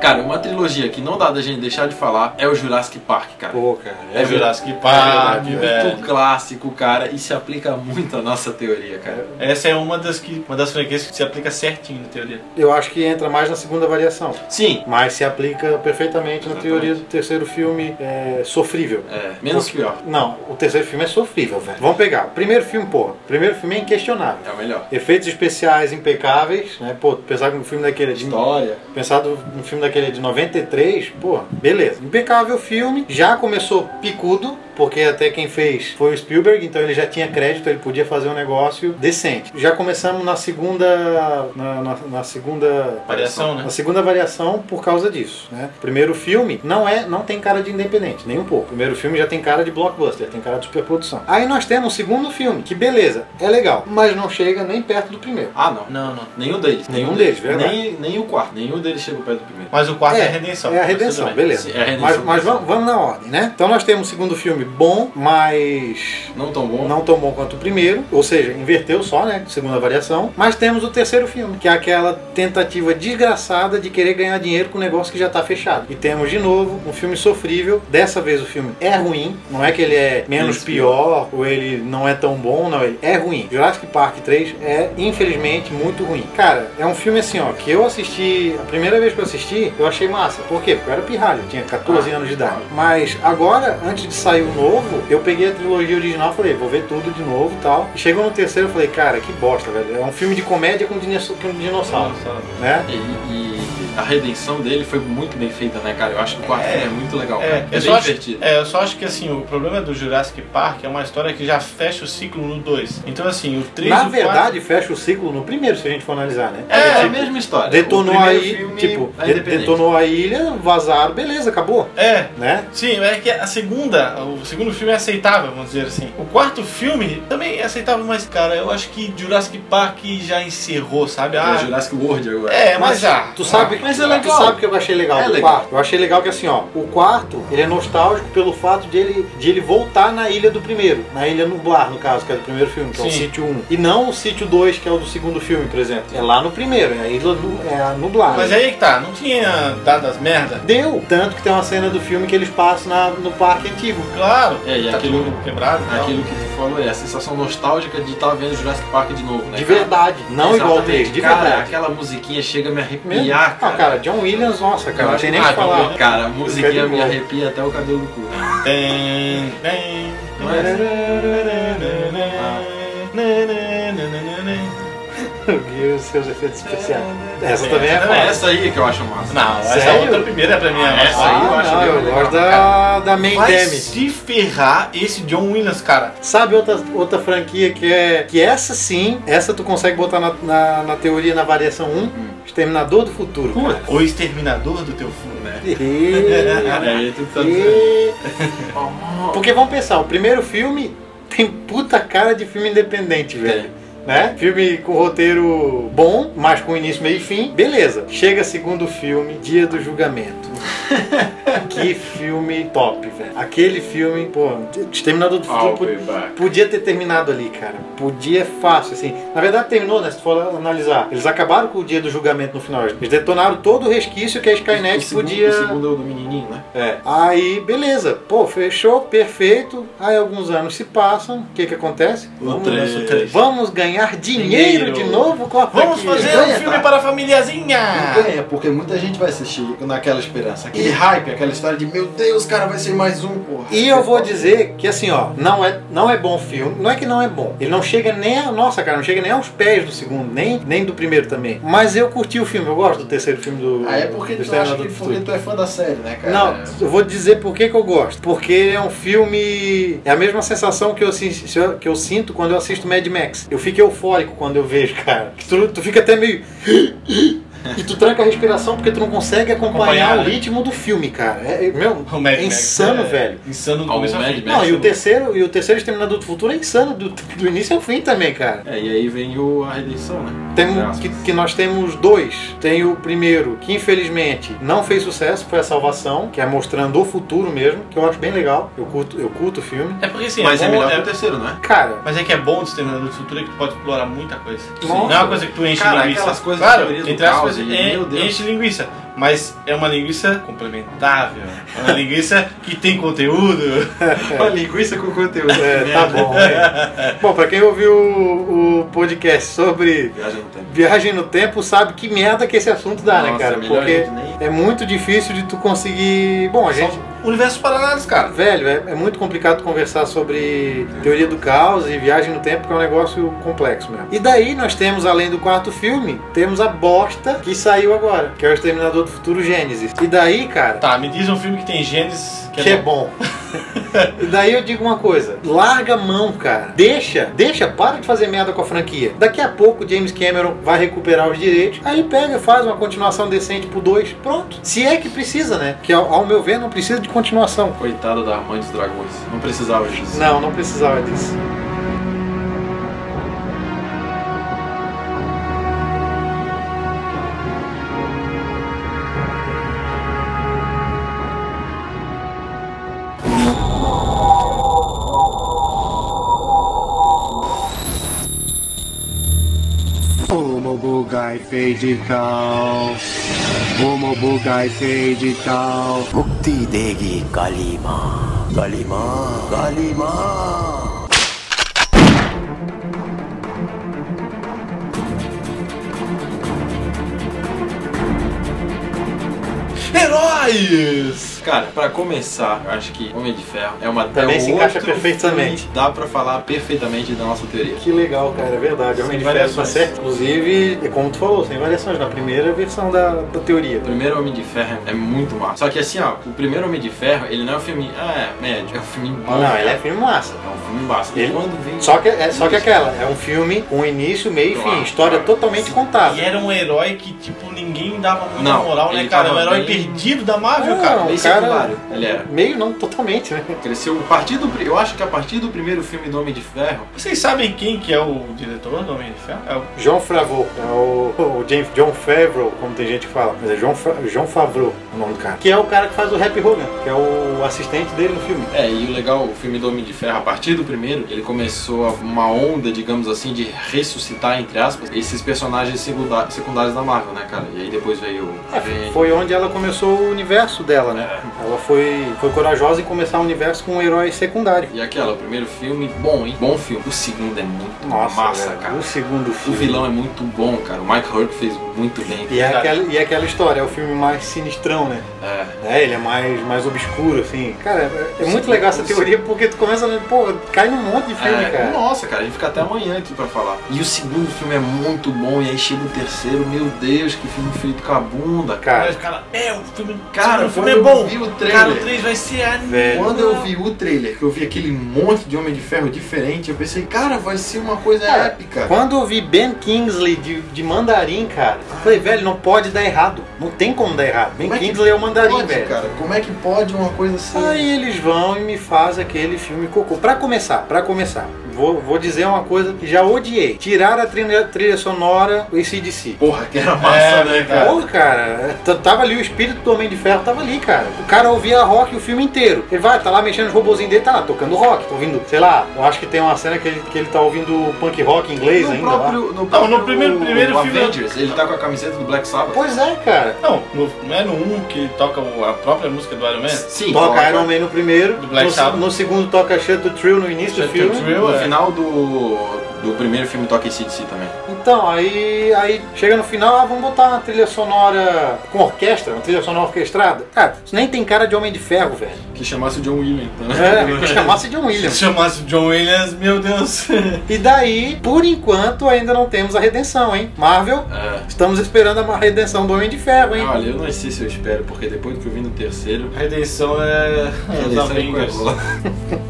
S2: Cara, uma trilogia que não dá da gente deixar de falar é o Jurassic Park, cara.
S1: Pô, é. cara.
S5: É Jurassic Park,
S2: muito
S5: velho.
S2: clássico, cara, e se aplica muito à nossa teoria, cara.
S5: Essa é uma das, que, uma das franquias que se aplica certinho na teoria.
S1: Eu acho que entra mais na segunda variação.
S2: Sim,
S1: Mas se aplica perfeitamente na
S2: Exatamente.
S1: teoria do terceiro filme é, sofrível.
S2: é, menos pior,
S1: Não, o terceiro filme é sofrível, velho. Vamos pegar. O primeiro filme, porra. O primeiro filme é inquestionável.
S2: é o melhor.
S1: Efeitos especiais impecáveis, né? Pô, pensar que um filme daquele é de
S2: História.
S1: Pensar do- no filme daquele de 93, pô, beleza. Impecável filme, já começou picudo, porque até quem fez foi o Spielberg, então ele já tinha crédito, ele podia fazer um negócio decente. Já começamos na segunda. na, na- na segunda.
S5: Variação, né?
S1: A segunda variação por causa disso, né? O primeiro filme não é, não tem cara de independente, nem um pouco. O primeiro filme já tem cara de blockbuster, tem cara de superprodução. Aí nós temos o segundo filme, que beleza, é legal, mas não chega nem perto do primeiro.
S2: Ah, não. Não, não. Nenhum deles.
S1: Nenhum deles, verdade.
S2: nem, nem o quarto. Nenhum deles chega perto do primeiro.
S5: Mas o quarto é, a redenção.
S1: É a
S5: mas tudo
S1: redenção,
S5: bem.
S1: beleza.
S2: Sim, é a redenção,
S1: mas mas
S2: beleza.
S1: vamos, vamos na ordem, né? Então nós temos o segundo filme bom, mas
S2: Não tão bom.
S1: não tão bom quanto o primeiro, ou seja, inverteu só, né? Segunda variação. Mas temos o terceiro filme, que é aquela tentativa desgraçada de querer ganhar dinheiro com um negócio que já tá fechado. E temos de novo um filme sofrível. Dessa vez o filme é ruim, não é que ele é menos
S2: Isso.
S1: pior ou ele não é tão bom, não, ele é ruim. Jurassic Park 3 é infelizmente muito ruim. Cara, é um filme assim, ó, que eu assisti, a primeira vez que eu assisti, eu achei massa. Por quê? Porque eu era pirralho, eu tinha 14 anos de idade. Mas agora, antes de sair o novo, eu peguei a trilogia original e falei, vou ver tudo de novo e tal. E chegou no terceiro eu falei, cara, que bosta, velho. É um filme de comédia com dinosso- com dinossauro, né?
S2: E, e a redenção dele foi muito bem feita, né, cara? Eu acho que o quarto é, muito legal.
S5: É,
S2: cara.
S5: eu,
S2: é
S5: só
S2: bem
S5: acho,
S2: divertido.
S5: é, eu só acho que assim, o problema do Jurassic Park é uma história que já fecha o ciclo no 2. Então, assim, o 3
S1: Na verdade, fecha o ciclo no primeiro, se a gente for analisar, né?
S2: É, a
S5: tipo,
S2: mesma história.
S1: Detonou
S2: O
S1: a
S2: primeiro
S1: ilha,
S2: filme
S1: tipo,
S2: é
S1: de-
S2: independente.
S1: detonou a ilha, vazaram, beleza, acabou,
S5: É,
S1: né?
S5: Sim, é que a segunda, o segundo filme é aceitável, vamos dizer assim. O quarto filme também é aceitável, mas, cara, eu acho que Jurassic Park já encerrou, sabe?
S2: É
S5: Ah,
S2: Jurassic World agora.
S5: é, mas já.
S1: Tu sabe,
S2: mas é legal.
S1: Tu sabe que eu achei legal
S2: É
S1: do
S2: legal.
S1: quarto? Eu achei legal que assim, ó, o quarto, ele é nostálgico pelo fato de ele, de ele voltar na ilha do primeiro, na ilha nublar, no caso, que é do primeiro filme, que é o
S5: Sim.
S1: sítio 1. E não o sítio 2, que é o do segundo filme, por exemplo. É lá no primeiro, é a ilha nu- é a nublar.
S5: Mas aí que tá, não tinha dado as merda.
S1: Deu, tanto que tem uma cena do filme que eles passam na- no parque antigo.
S5: Claro.
S2: É, e
S5: tá
S2: aquilo-
S5: tudo quebrado.
S2: É Aquilo que tu falou é a sensação nostálgica de estar vendo Jurassic Park de novo, né?
S1: De
S2: cara?
S1: verdade, não igual o
S2: Exatamente.
S1: 3, de
S2: cara,
S1: verdade.
S2: Aquela musiquinha chega a me arrepiar,
S1: Mesmo- Ah, cara, John Williams, nossa, cara, não tem nem o
S2: Ah,
S1: que falar.
S2: Cara, a
S1: Fica
S2: musiquinha
S1: de
S2: me
S1: boa.
S2: arrepia até o cabelo do cu.
S5: tal. Tem, tem.
S2: Não é?
S1: E os seus efeitos especiais. Essa também é
S2: É
S1: foda.
S2: essa aí que eu acho massa.
S5: Não, essa
S1: Sério?
S5: outra primeira pra mim é
S2: Ah,
S5: mais
S2: essa aí eu
S1: Ah,
S2: acho
S1: não,
S2: bem
S1: eu
S2: legal,
S1: gosto da,
S2: cara.
S1: da Main
S5: Vai
S1: Demi.
S5: se ferrar esse John Williams, cara.
S1: Sabe outra, outra franquia que é. Que essa sim, essa tu consegue botar na, na, na teoria, na variação 1,
S2: Hum.
S1: Exterminador do Futuro. cara.
S5: O exterminador do teu fundo, né?
S1: E-
S2: Cara, aí tu tá dizendo.
S1: e- Porque vamos pensar, o primeiro filme tem puta cara de filme independente, velho. Né? Filme com roteiro bom, mas com início, meio e fim. Beleza. Chega segundo filme, Dia do Julgamento. que filme top, velho. Aquele filme, pô, Exterminador do Futuro
S2: I'll
S1: pod-
S2: be back.
S1: podia ter terminado ali, cara. Podia fácil, assim. Na verdade, terminou, né? Se tu for analisar. Eles acabaram com o Dia do Julgamento no final. Eles detonaram todo o resquício que a
S2: O
S1: Skynet
S2: segundo-
S1: podia...
S2: O segundo é o do menininho, né?
S1: É. Aí, beleza. Pô, fechou, perfeito. Aí alguns anos se passam. O que que acontece?
S2: O
S1: Vamos-
S2: três.
S5: o três.
S1: Vamos ganhar dinheiro,
S5: Dinheiro.
S1: de novo com a
S5: Vamos
S1: franquia.
S5: fazer um
S2: tá?
S5: filme para a
S1: Ah.
S5: familiazinha!
S2: É, porque muita gente vai assistir naquela esperança. Aquele hype, aquela história de meu Deus, cara, vai ser mais um, porra.
S1: E eu vou dizer que assim, ó, não é, não é bom filme. Não é que não é bom. Ele não chega nem a. Nossa, cara, não chega nem aos pés do segundo, nem, nem do primeiro também. Mas eu curti o filme, eu gosto do terceiro filme do.
S2: Ah, é porque
S1: do
S2: tu acha
S1: Exterminador
S2: que
S1: do
S2: porque
S1: Futuro.
S2: tu é fã da série, né, cara?
S1: Não, eu vou dizer por que, que eu gosto. Porque ele é um filme. É a mesma sensação que eu, assis- se eu- que eu sinto quando eu assisto Mad Max. Eu fico eufórico quando eu vejo, cara. Que Tu, tu fica até meio. E tu tranca a respiração porque tu não consegue acompanhar,
S5: Acompanhar,
S1: o
S5: né?
S1: ritmo do filme, cara. É, é- meu,
S5: O Mad
S1: é
S5: Max
S1: insano,
S5: é
S1: velho.
S5: Insano do
S2: Ah, o
S5: começo ao
S2: Mad
S5: fim.
S2: Max.
S1: Não, e o
S2: Absoluto.
S1: terceiro, e o terceiro Exterminador do Futuro é insano, do, do início ao fim também, cara.
S2: É, e aí vem o, a redenção, né?
S1: Temos, um que, que nós temos dois. Tem o primeiro, que infelizmente não fez sucesso, foi a Salvação, que é mostrando o futuro mesmo, que eu acho bem legal. Eu curto, eu curto o filme.
S5: É porque assim,
S2: Mas
S5: é,
S2: é
S5: bom,
S2: melhor que o
S5: é-
S2: terceiro, não é?
S1: Cara,
S5: Mas é que é bom do Exterminador do Futuro que tu pode explorar muita coisa.
S1: Nossa.
S5: Não é uma coisa que tu enche
S2: Cara,
S5: linguiça.
S2: aquelas coisas de
S5: claro,
S2: teoria do
S5: entre aspas,
S2: caos, e- meu
S5: é,
S2: Deus.
S5: enche linguiça. Mas é uma linguiça complementável. É uma linguiça que tem conteúdo.
S2: Uma linguiça com conteúdo.
S1: é, tá bom. é. Bom, pra quem ouviu o, o podcast sobre
S2: Viagem no tempo.
S1: viagem no tempo, sabe que merda que esse assunto dá, né,
S2: Nossa,
S1: cara?
S2: é melhor a
S1: Porque
S2: gente nem-
S1: é muito difícil de tu conseguir. Bom, a gente.
S5: São universos paralelos, cara.
S1: Velho, é, é muito complicado conversar sobre teoria do caos e viagem no tempo, que é um negócio complexo mesmo. E daí nós temos, além do quarto filme, temos a bosta que saiu agora, que é o Exterminador do Futuro Gênesis. E daí, cara,
S5: Tá, me diz um filme que tem Gênesis
S1: que é bom. E Daí eu digo uma coisa, larga a mão, cara. Deixa, deixa, para de fazer merda com a franquia. Daqui a pouco o James Cameron vai recuperar os direitos, aí pega e faz uma continuação decente pro 2, pronto. Se é que precisa, né? Que ao, ao meu ver não precisa de continuação.
S2: Coitado da Mãe dos Dragões. Não precisava disso.
S1: Não, não precisava disso.
S3: Como o Bugai fez de cal. Como o Bugai fez de cal.
S4: मुक्ति देगी काली माँ काली माँ काली माँ
S2: Heróis! Cara, pra começar, eu acho que Homem de Ferro é uma
S1: Também
S2: é
S1: se encaixa
S2: outro
S1: perfeitamente.
S2: filme que Dá pra falar perfeitamente da nossa teoria.
S1: Que legal, cara, é verdade. Homem
S2: Sem
S1: de Ferro tá
S2: variações.
S1: certo. Inclusive, é como tu falou, sem variações, na primeira versão da, da teoria. tá
S2: O primeiro Homem de Ferro é muito massa. Só que assim, ó, o primeiro Homem de Ferro, ele não é um filme, ah, é médio, é um filme bom.
S1: Não,
S2: cara.
S1: ele é filme massa.
S2: É um filme massa.
S1: Ele-
S2: Quando vem...
S1: Só que, é, só que aquela, é um filme com início, meio e fim, história totalmente contada.
S5: E era um herói que, tipo, ninguém dava muita
S2: Não,
S5: moral, né,
S2: ele
S5: cara? Era um
S2: tava
S5: herói
S2: bem-
S5: perdido da Marvel, cara.
S2: bem
S1: o cara-
S2: secundário. Ele era.
S1: Meio não, totalmente, né?
S2: Cresceu a partir do. pri- Eu acho que a partir do primeiro filme do Homem de Ferro.
S5: Vocês sabem quem que é o diretor do Homem de Ferro? É o-
S1: John Favreau, é o, o James John Favreau, como tem gente que fala, mas é John, Fa, John Favreau o nome do cara. Que é o cara que faz o Rap Hogan, que é o assistente dele no filme.
S2: É, e o legal, o filme do Homem de Ferro, a partir do primeiro, ele começou a- uma onda, digamos assim, de ressuscitar, entre aspas, esses personagens secunda- secundários da Marvel, né, cara? E aí depois veio
S1: É,
S2: o. Aven-
S1: Foi onde ela começou o universo dela, né? Ela foi, foi corajosa em começar o universo com um herói secundário.
S2: E aquela, o primeiro filme, bom, hein? Bom filme. O segundo é muito massa,
S1: velho,
S2: cara.
S1: O segundo
S2: O
S1: filme.
S2: vilão é muito bom, cara. O Mike Hurt fez muito bem.
S1: E é, aquela, e é aquela história, é o filme mais sinistrão, né?
S2: É.
S1: É, ele é mais, mais obscuro, assim. Cara, é, é muito legal essa teoria porque tu começa a. Pô, cai num monte de filme,
S2: É,
S1: cara.
S2: Nossa, cara, a gente fica até amanhã aqui pra falar. E o segundo filme é muito bom, e aí chega o terceiro, meu Deus, que filme feito com a bunda.
S1: Cara,
S5: Mas, cara, é, o filme,
S2: Cara,
S5: o filme é
S2: quando eu
S5: bom.
S2: vi o
S5: Cara, o
S2: trailer-
S5: 3 vai ser
S1: Velho.
S2: Quando eu vi o trailer, que eu vi aquele monte de Homem de Ferro diferente, eu pensei, cara, vai ser uma coisa
S1: Cara,
S2: épica.
S1: Quando eu vi Ben Kingsley de, de mandarim, cara, eu falei, velho, não pode dar errado. Não tem como dar errado. Ben
S2: Como é que
S1: Kingsley é o mandarim,
S2: Pode,
S1: velho.
S2: cara, como é que pode uma coisa assim?
S1: Aí eles vão e me fazem aquele filme cocô. Pra começar, pra começar, vou, vou dizer uma coisa que já odiei. Tirar a trilha, trilha sonora do ACDC.
S2: Porra, que era massa,
S5: É,
S2: né, cara?
S5: cara.
S1: Porra, cara, t- tava ali o espírito do Homem de Ferro, tava ali, cara. O cara ouvia rock o filme inteiro. Ele vai, tá lá mexendo os robozinhos dele, tá lá tocando rock, tá ouvindo, sei lá, eu acho que tem uma cena que ele, que ele tá ouvindo punk rock inglês
S2: No
S1: ainda. lá.
S2: próprio, né? no próprio
S5: primeiro- primeiro filme-
S2: Avengers, ele tá com a camiseta do Black Sabbath.
S1: Pois é, cara.
S5: Não, no- não é no 1 que toca o- a própria música do Iron Man?
S2: Sim,
S1: Toca Iron Man no primeiro,
S5: Do Black
S1: no, se-
S5: Sabbath.
S1: no segundo toca Shut to Thrill no início do
S5: Shut to
S1: filme.
S5: Thrill.
S2: No
S5: é.
S2: final do, do primeiro filme toca esse de si também.
S1: Então, aí, aí chega no final, ah, vamos botar uma trilha sonora com orquestra, uma trilha sonora orquestrada. Cara, isso nem tem cara de Homem de Ferro, velho.
S2: Que chamasse o John Williams, então.
S1: É, que chamasse de um Williams.
S5: Se chamasse o John Williams, meu Deus.
S1: E daí, por enquanto, ainda não temos a redenção, hein? Marvel,
S2: É.
S1: estamos esperando a redenção do Homem de Ferro, hein?
S2: Olha, eu não sei se eu espero, porque depois que eu vi no terceiro.
S5: A redenção é. Os
S2: Redenção
S5: Avengers.
S2: é-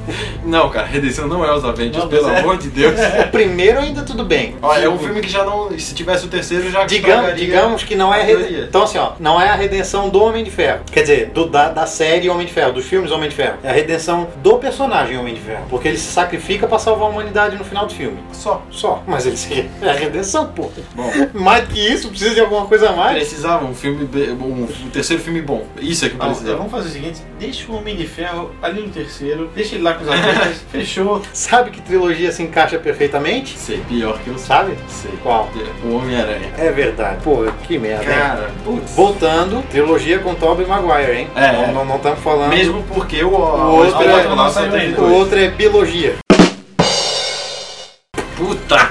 S2: Não, cara, Redenção não é os Avengers,
S5: Não,
S2: pelo
S5: mas é.
S2: amor de Deus.
S1: O primeiro ainda tudo bem.
S2: Olha, é um filme que já não. Se tivesse o terceiro, já
S1: Digamos,
S2: estragaria
S1: digamos que não é a
S2: a
S1: redenção.
S2: teoria.
S1: Então, assim, ó, não é a redenção do Homem de Ferro. Quer dizer, do- da, da série Homem de Ferro, dos filmes Homem de Ferro. É a redenção do personagem Homem de Ferro. Porque ele se sacrifica pra salvar a humanidade no final do filme.
S2: Só.
S1: Só. Mas ele se... é a redenção, pô.
S2: Bom.
S1: Mais que isso, precisa de alguma coisa a mais.
S2: Precisava um filme. be- Um, um terceiro filme bom. Isso é que
S5: Ah,
S2: precisava.
S5: vamos fazer o seguinte: deixa o Homem de Ferro ali no terceiro, deixa ele lá com os Avengers, fechou.
S1: Sabe que trilogia se encaixa perfeitamente?
S2: Sei, pior que eu sei.
S1: Sabe?
S2: Sei.
S1: Qual?
S2: O Homem-Aranha.
S1: É verdade. Pô, que merda. hein?
S2: Cara, putz.
S1: Voltando, trilogia com Tobey Maguire, hein?
S2: É.
S1: Não- Não estamos falando.
S2: Mesmo porque o.
S1: o outro, é,
S5: outro não
S2: nossa
S5: saiu ainda.
S1: o outro é biologia.
S2: Puta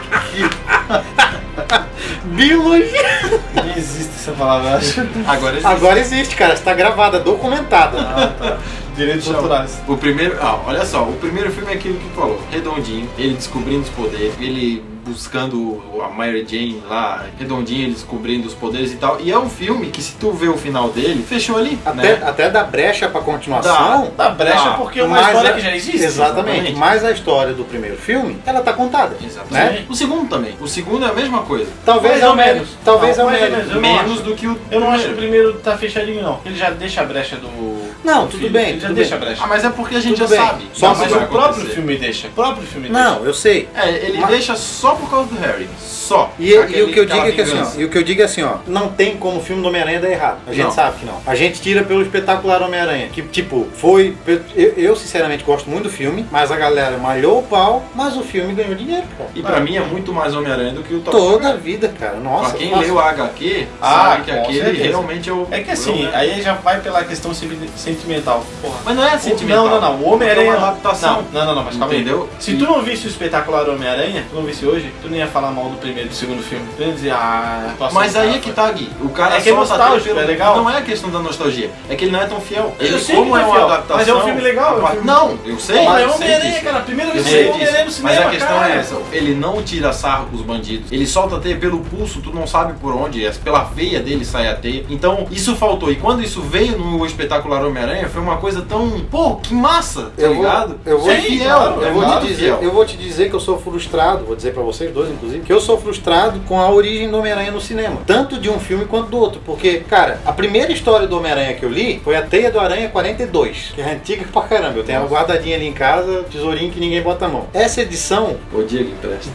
S1: Biologia!
S5: Não existe essa palavra, acho.
S2: Agora existe.
S1: Agora existe, cara. tá Está gravada, documentada.
S5: Ah, Direitos autorais.
S2: O primeiro. Ah, olha só, o primeiro filme é aquilo que tu falou, redondinho, ele descobrindo os poderes, ele buscando a Mary Jane lá, redondinha, ele descobrindo os poderes e tal. E é um filme que se tu vê o final dele, fechou ali,
S1: Até,
S2: né?
S1: até dá brecha pra continuação.
S5: Dá brecha
S2: Dá.
S5: porque é uma
S1: mas
S5: história
S1: é-
S5: que já existe.
S1: Exatamente.
S2: exatamente.
S1: Mas a história do primeiro filme, ela tá contada.
S2: Exatamente.
S1: Né?
S2: O segundo também. O segundo é a mesma coisa.
S1: Talvez
S5: Mais
S1: é
S5: ou
S1: o mérito.
S5: menos.
S1: Talvez é
S5: Não,
S1: o
S5: mais ou
S1: mérito.
S5: menos. Eu não
S2: Menos
S5: acho.
S2: do que o
S5: Eu não acho que o
S2: primeiro.
S5: primeiro tá fechadinho, não. Ele já deixa a brecha do.
S1: Não,
S5: do
S1: tudo
S5: filme.
S1: bem,
S5: Ele já
S1: tudo
S5: deixa
S1: bem.
S5: a brecha.
S2: Ah, mas é porque a gente
S1: Tudo
S2: já
S1: bem.
S2: sabe.
S1: Só
S5: Não,
S1: mas
S2: Não,
S5: mas
S2: vai
S5: o próprio
S2: acontecer.
S5: filme deixa. O próprio filme
S1: Não, eu sei.
S2: É, ele
S1: Mas-
S2: deixa só por causa do Harry. Só.
S1: E, eu- e
S2: Aquele-
S1: o que eu digo
S2: aquela
S1: é que assim, ó,
S2: vingança.
S1: e o que eu digo é assim, ó, não tem como o filme do Homem-Aranha dar errado. A gente
S2: Não.
S1: sabe que não. A gente tira pelo espetacular Homem-Aranha, que tipo, foi eu, eu, sinceramente gosto muito do filme, mas a galera malhou o pau, mas o filme ganhou dinheiro, cara.
S2: E pra mim é muito mais Homem-Aranha do que o Top
S1: Toda a vida, cara. Nossa,
S2: Pra quem
S1: nossa.
S2: leu a HQ,
S5: Ah,
S2: sabe que
S5: com
S2: aquele
S5: certeza.
S2: realmente é o.
S5: É que assim,
S2: o-
S5: aí já vai pela questão semi- sentimental. Porra.
S2: Mas não é sentimental.
S5: Não, não, não. O Homem-Aranha.
S2: É uma adaptação.
S5: Não, não, não, não, mas calma aí.
S2: Entendeu?
S5: Se tu não visse o espetacular Homem-Aranha, tu não visse hoje, tu nem ia falar mal do primeiro e do segundo filme. Tu ia dizer, ah, passou
S2: Mas
S5: um
S2: aí
S5: cara,
S2: é que tá, Gui. O cara
S5: É que é
S2: só tá
S5: nostálgico,
S2: tendo-
S5: é legal.
S2: Não é a questão da nostalgia. É que ele não é tão fiel.
S5: Eu
S2: Ele,
S5: sei
S2: como
S5: que
S2: é
S5: não é
S2: uma
S5: fiel,
S2: adaptação.
S5: mas é um filme legal, é um
S2: Mas-
S5: filme-
S2: Não, eu sei.
S5: Pô, é
S2: eu sei
S5: Homem-Aranha,
S2: disso.
S5: cara. Primeira
S2: Eu
S5: vez que
S2: sei
S5: eu vi Homem-Aranha no
S2: disso.
S5: cinema.
S2: Mas a questão
S5: caralho.
S2: é essa. Ele não tira sarro com os bandidos. Ele solta a teia pelo pulso, tu não sabe por onde. é Pela veia dele sai a teia. Então, isso faltou. E quando isso veio no espetacular Homem-Aranha, foi uma coisa tão. Pô, que massa! Tá
S1: Eu vou-
S2: ligado?
S1: eu vou-
S2: é fiel.
S5: claro,
S2: é
S1: Eu vou, te
S2: muito
S1: dizer,
S2: fiel.
S1: eu vou te dizer que eu sou frustrado, vou dizer pra vocês dois, inclusive, que eu sou frustrado com a origem do Homem-Aranha no cinema. Tanto de um filme quanto do outro. Porque, cara, a primeira história do Homem-Aranha que eu li foi a Teia do Aranha 42, que é antiga pra caramba. Eu tenho ela guardadinha ali em casa, tesourinho que ninguém bota a mão. Essa edição,
S2: Ô, Diego, empresta.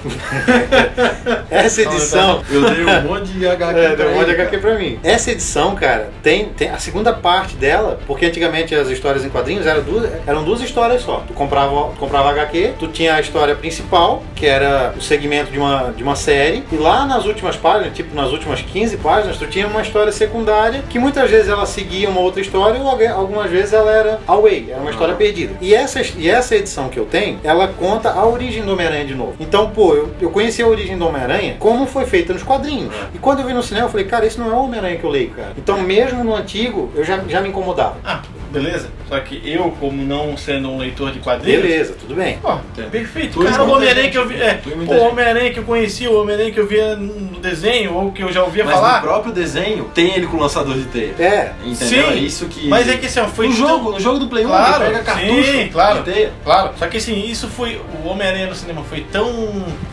S1: essa edição.
S2: Eu dei um monte de HQ.
S1: É,
S2: pra
S1: deu um monte de
S2: ele,
S1: HQ pra mim. Essa edição, cara, tem, tem a segunda parte dela, porque antigamente as histórias em quadrinhos eram duas, eram duas histórias só. Tu comprava, tu comprava HQ, tu tinha a história principal, que era o segmento de uma, de uma série, e lá nas últimas páginas, tipo nas últimas 15 páginas, tu tinha uma história secundária, que muitas vezes ela seguia uma outra história, ou algu- algumas vezes ela era away, era uma história perdida. E essa, e essa edição que eu tenho, ela conta a origem do Homem-Aranha de novo. Então, pô, eu, eu conheci a origem do Homem-Aranha como foi feita nos quadrinhos. E quando eu vi no cinema, eu falei, cara, esse não é o Homem-Aranha que eu leio, cara. Então, mesmo no antigo, eu já, já me incomodava.
S5: Ah, beleza. Só que eu, como não sendo um leitor de quadrinhos.
S1: Beleza, tudo bem.
S5: Pô,
S2: Entendo.
S5: perfeito.
S2: Tu e
S5: Cara, o
S2: muita
S5: Homem-Aranha
S2: gente.
S5: que eu vi. É,
S2: Tu e
S5: pô,
S2: muita
S5: o
S2: gente.
S5: Homem-Aranha que eu conhecia, o Homem-Aranha que eu via no desenho, ou que eu já ouvia
S2: Mas no
S5: falar.
S2: próprio desenho tem ele com o lançador de teia.
S1: É,
S2: Entendeu?
S5: Sim,
S2: é isso que.
S5: Mas é que assim, ó, foi
S2: no
S5: tão-
S2: jogo, no jogo do
S1: um,
S2: Play 1,
S5: Claro,
S2: ele pega cartucho
S5: sim, claro.
S2: de teia.
S5: Claro, só que assim, isso foi. O Homem-Aranha no cinema foi tão.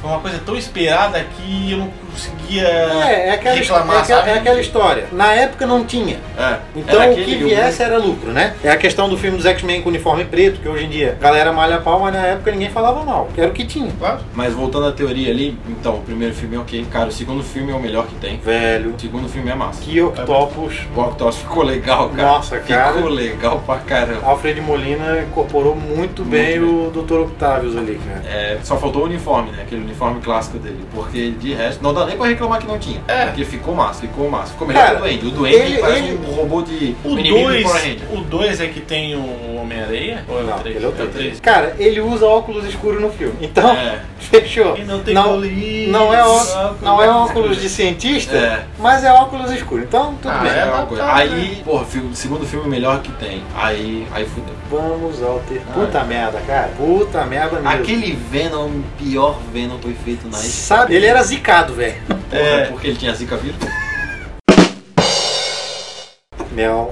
S5: Foi uma coisa tão esperada que eu não conseguia
S1: é, é aquela,
S5: reclamar,
S1: é aquela,
S5: sabe?
S1: é aquela história. Na época não tinha.
S2: É.
S1: Então
S2: Era
S1: o que
S2: aquele-
S1: viesse era lucro, né? É a questão do filme dos X-Men com uniforme preto, que hoje em dia a galera malha a pau, mas na época ninguém falava mal. Era o que tinha.
S5: Claro.
S2: Mas voltando à teoria ali, então, o primeiro filme é ok. Cara, o segundo filme é o melhor que tem.
S1: Velho,
S2: O segundo filme é massa.
S1: que
S5: Tá
S1: octopus.
S2: O Octopus ficou legal, cara.
S1: Nossa, cara.
S2: Ficou legal pra caramba.
S1: Alfred Molina incorporou muito,
S2: Muito
S1: bem,
S2: bem.
S1: o Dr. Octavius ali, cara.
S2: É, só faltou o uniforme, né? Aquele uniforme clássico dele. Porque de resto, não dá nem pra reclamar que não tinha.
S5: É.
S2: Porque ficou massa, ficou massa. Ficou melhor
S1: Cara,
S2: que o Duende. O Duende
S1: ele-
S2: parece
S1: ele-
S2: um robô de.
S5: O
S2: um inimigo do Power
S5: 2.
S2: Ranger.
S5: O 2 é que tem o Homem-Aranha? Ou é o
S1: Não,
S5: 3?
S1: ele é o
S5: três.
S1: Cara, ele usa óculos escuros no filme. Então,
S2: É.
S1: fechou.
S5: E não tem colírio,
S1: não é, ó,
S5: sabe?
S1: não é óculos de cientista,
S2: É.
S1: mas é óculos escuro. Então, tudo
S5: Ah,
S1: bem.
S5: é?
S2: É uma coisa.
S5: tá,
S1: né?
S2: Aí, porra, filme, segundo filme melhor que tem. Aí, aí fudeu.
S1: Vamos alter.
S2: Ah,
S1: Puta merda, cara. Puta merda mesmo.
S2: Aquele Venom, pior Venom foi feito
S1: É.
S2: na história.
S1: Sabe? Ele era zicado, velho.
S2: Porra,
S5: É.
S2: porque ele tinha zika vírus.
S1: Meu.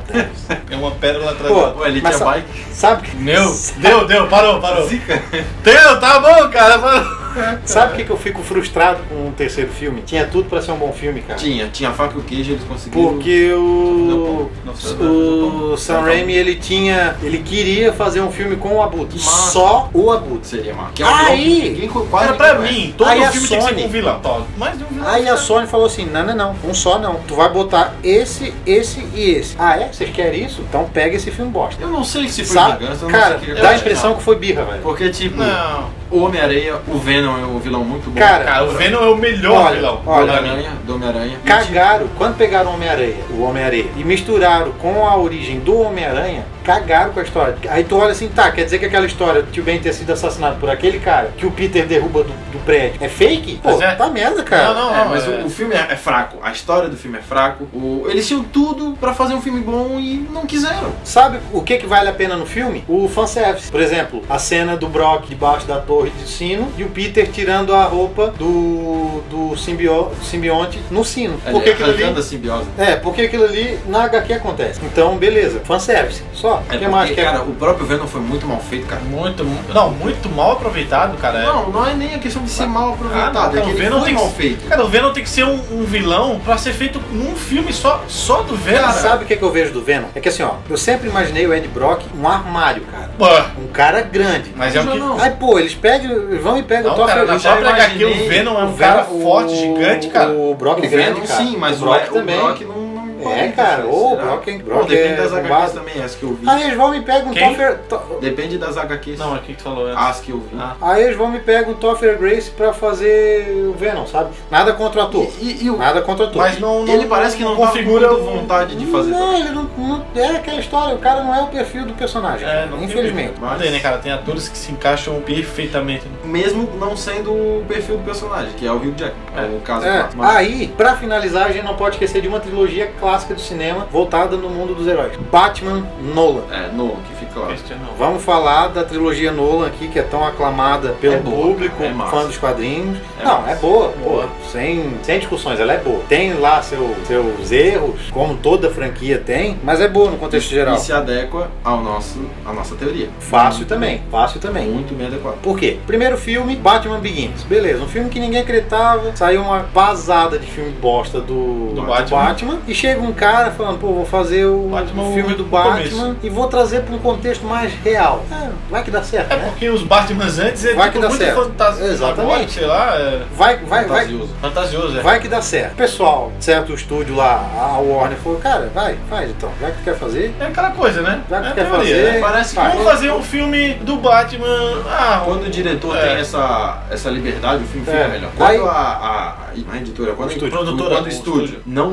S5: É uma pérola atrás
S1: Pô,
S5: da outra.
S2: Ou ele
S1: Mas
S2: tinha
S1: só-
S2: bike.
S1: Sabe que.
S5: Meu, deu, deu, parou, parou.
S2: Zika.
S5: Deu, tá bom, cara, parou.
S1: Sabe o que, que eu fico frustrado com o terceiro filme? Tinha tudo pra ser um bom filme, cara.
S2: Tinha, tinha a faca e o queijo, eles conseguiram.
S1: Porque o.
S2: Não, não,
S1: O Sam Raimi, ele tinha. Ele queria fazer um filme com o Abutre.
S2: Que massa.
S1: Só o Abutre.
S2: Seria mal. Que
S1: Aí!
S2: vilão que ninguém co- quase
S5: Cara, pra
S2: conhece.
S5: mim, todo
S1: Aí a
S5: filme tem que ser
S1: Sony-
S5: com um vilão. Tó, Mais de um vilão.
S1: Aí a Sony falou assim: não, não, não, um só não. Tu vai botar esse, esse e esse. Ah, é? Vocês querem isso? Então pega esse filme bosta.
S2: Eu não sei se foi
S1: Sabe?
S2: vingança, eu não
S1: Cara,
S2: sei o que
S1: dá a
S2: aconteceu.
S1: impressão que foi birra, velho.
S2: Porque, tipo,
S5: Não.
S2: o Homem-Aranha, o Venom é um vilão muito bom.
S1: Cara,
S5: Cara, o Venom é o melhor
S1: Olha,
S5: vilão.
S1: olha,
S5: pra mim.
S2: Homem-Aranha, do Homem-Aranha.
S1: Cagaram quando pegaram o Homem-Aranha, o Homem-Areia, e misturaram com a origem do Homem-Aranha, cagaram com a história. Aí tu olha assim, tá, quer dizer que aquela história do tio Ben ter sido assassinado por aquele cara que o Peter derruba do, do prédio é fake? Pô,
S5: Pois é.
S1: tá merda, cara.
S2: Não, não,
S5: É,
S2: não, mas
S5: é.
S2: o, o filme é, é fraco. A história do filme é fraco. O- eles tinham tudo pra fazer um filme bom e não quiseram.
S1: Sabe o que, que vale a pena no filme? O fanservice. Por exemplo, a cena do Brock debaixo da torre de sino e o Peter tirando a roupa do, do simbio- simbionte no sino. Por que aquilo
S2: Arrancando
S1: ali...
S2: a simbiose.
S1: É, porque aquilo ali na HQ acontece. Então, beleza. Fanservice. Só. O
S2: É
S1: que mais
S2: porque,
S1: que é?
S2: cara, o próprio Venom foi muito mal feito, cara.
S5: Muito, mu- não, muito mal aproveitado, cara.
S2: Não, não é nem a questão de ser mal aproveitado.
S5: Ah, não,
S2: é
S5: o
S2: que ele
S5: Venom
S2: foi
S5: tem que-
S2: mal feito.
S5: Cara, o Venom tem que ser um, um vilão pra ser feito num filme só, só do Venom.
S1: Cara,
S5: Cara,
S1: sabe o que, que eu vejo do Venom? É que assim, ó, eu sempre imaginei o Ed Brock um armário, cara.
S5: Pô,
S1: Um cara grande.
S5: mas é o
S2: Não,
S5: que.
S2: não.
S1: Aí, pô, eles pegam, vão e pegam
S5: Não,
S1: o Thor
S5: cara,
S1: Feliz.
S5: na
S2: já
S5: própria HQ
S2: imaginei
S5: o Venom é um
S1: O
S5: cara
S1: Venom-
S5: forte,
S1: o-
S5: gigante, cara.
S1: O Brock é
S2: o Venom
S1: grande, cara.
S2: sim, mas
S1: o Brock
S2: o,
S1: também.
S2: o Brock não, não- não
S1: É,
S2: pode
S1: cara,
S2: fazer,
S1: ô, o
S2: será?
S1: Brock é-
S2: Pô,
S1: Brock
S2: depende
S1: é
S2: das HQs
S1: bombado.
S2: também, as que eu vi.
S1: Aí eles vão e pegam um
S5: Quem?
S1: Toffer... to-
S2: Depende das HQs.
S5: Não, é o que tu falou antes.
S2: as que eu vi.
S5: Ah.
S1: Aí eles vão e pegam um Toffer Grace pra fazer o Venom, sabe? Nada contra o ator.
S2: E, e o-
S1: Nada contra o ator.
S5: Mas não, não
S2: ele parece que não, configura
S5: configura
S2: tá com
S5: o-
S2: muita vontade de fazer.
S1: Não, ele não, não- É aquela história, o cara não é o perfil do personagem.
S5: É, não tem
S1: infelizmente.
S5: jeito. Mas... Tem, né, cara? Tem atores que se encaixam perfeitamente.
S2: Mesmo não sendo o perfil do personagem, que é o Hugh Jackman. É o caso
S1: É.
S2: clássico. Mas-
S1: Aí, pra finalizar, a gente não pode esquecer de uma trilogia clássica do cinema voltada no mundo dos heróis: Batman Nolan.
S2: É, Nolan, que fica claro.
S5: Christian, não.
S1: Vamos falar da trilogia Nolan aqui, que é tão aclamada pelo
S2: É boa,
S1: público,
S2: é massa.
S1: fã dos quadrinhos.
S2: É
S1: não,
S2: massa.
S1: é boa,
S5: Boa.
S1: pô, sem, sem discussões, ela é boa. Tem lá seu- seus erros, como toda franquia tem, mas é boa no contexto geral.
S2: E se adequa ao nosso, à nossa teoria.
S1: Fácil também, fácil também.
S2: Muito bem adequado.
S1: Por quê? Primeiro filme, Batman Begins. Beleza, um filme que ninguém acreditava. Saiu uma vazada de filme bosta do,
S5: Do Batman.
S1: E chega um cara falando, pô, vou fazer o
S5: Batman,
S1: o filme do
S5: no
S1: Batman
S5: começo.
S1: e vou trazer para um contexto mais real. É, vai que dá certo,
S5: É
S1: né?
S5: porque os Batmans antes ele
S1: Vai que dá
S5: muito
S1: certo.
S5: fantasia.
S1: Exatamente.
S5: Agora, sei lá, é
S1: Vai, vai, vai.
S2: Fantasioso.
S5: fantasioso. É.
S1: Vai que dá certo. Pessoal, certo o estúdio lá, a Warner falou, cara, vai, faz então. Já que tu quer fazer,
S5: É aquela coisa, né?
S1: já que
S5: é
S1: tu quer
S5: teoria,
S1: fazer.
S5: né?
S2: Parece que
S1: faz.
S5: Vamos fazer um filme do Batman. Ah,
S2: Quando o diretor
S5: É.
S2: tem essa, essa liberdade, o filme
S1: É.
S2: fica melhor. Quando
S1: Aí-
S2: a, a, a editora, quando
S5: O estúdio.
S2: a
S5: Produtora.
S2: quando o
S5: O
S2: estúdio
S5: estúdio.
S2: não,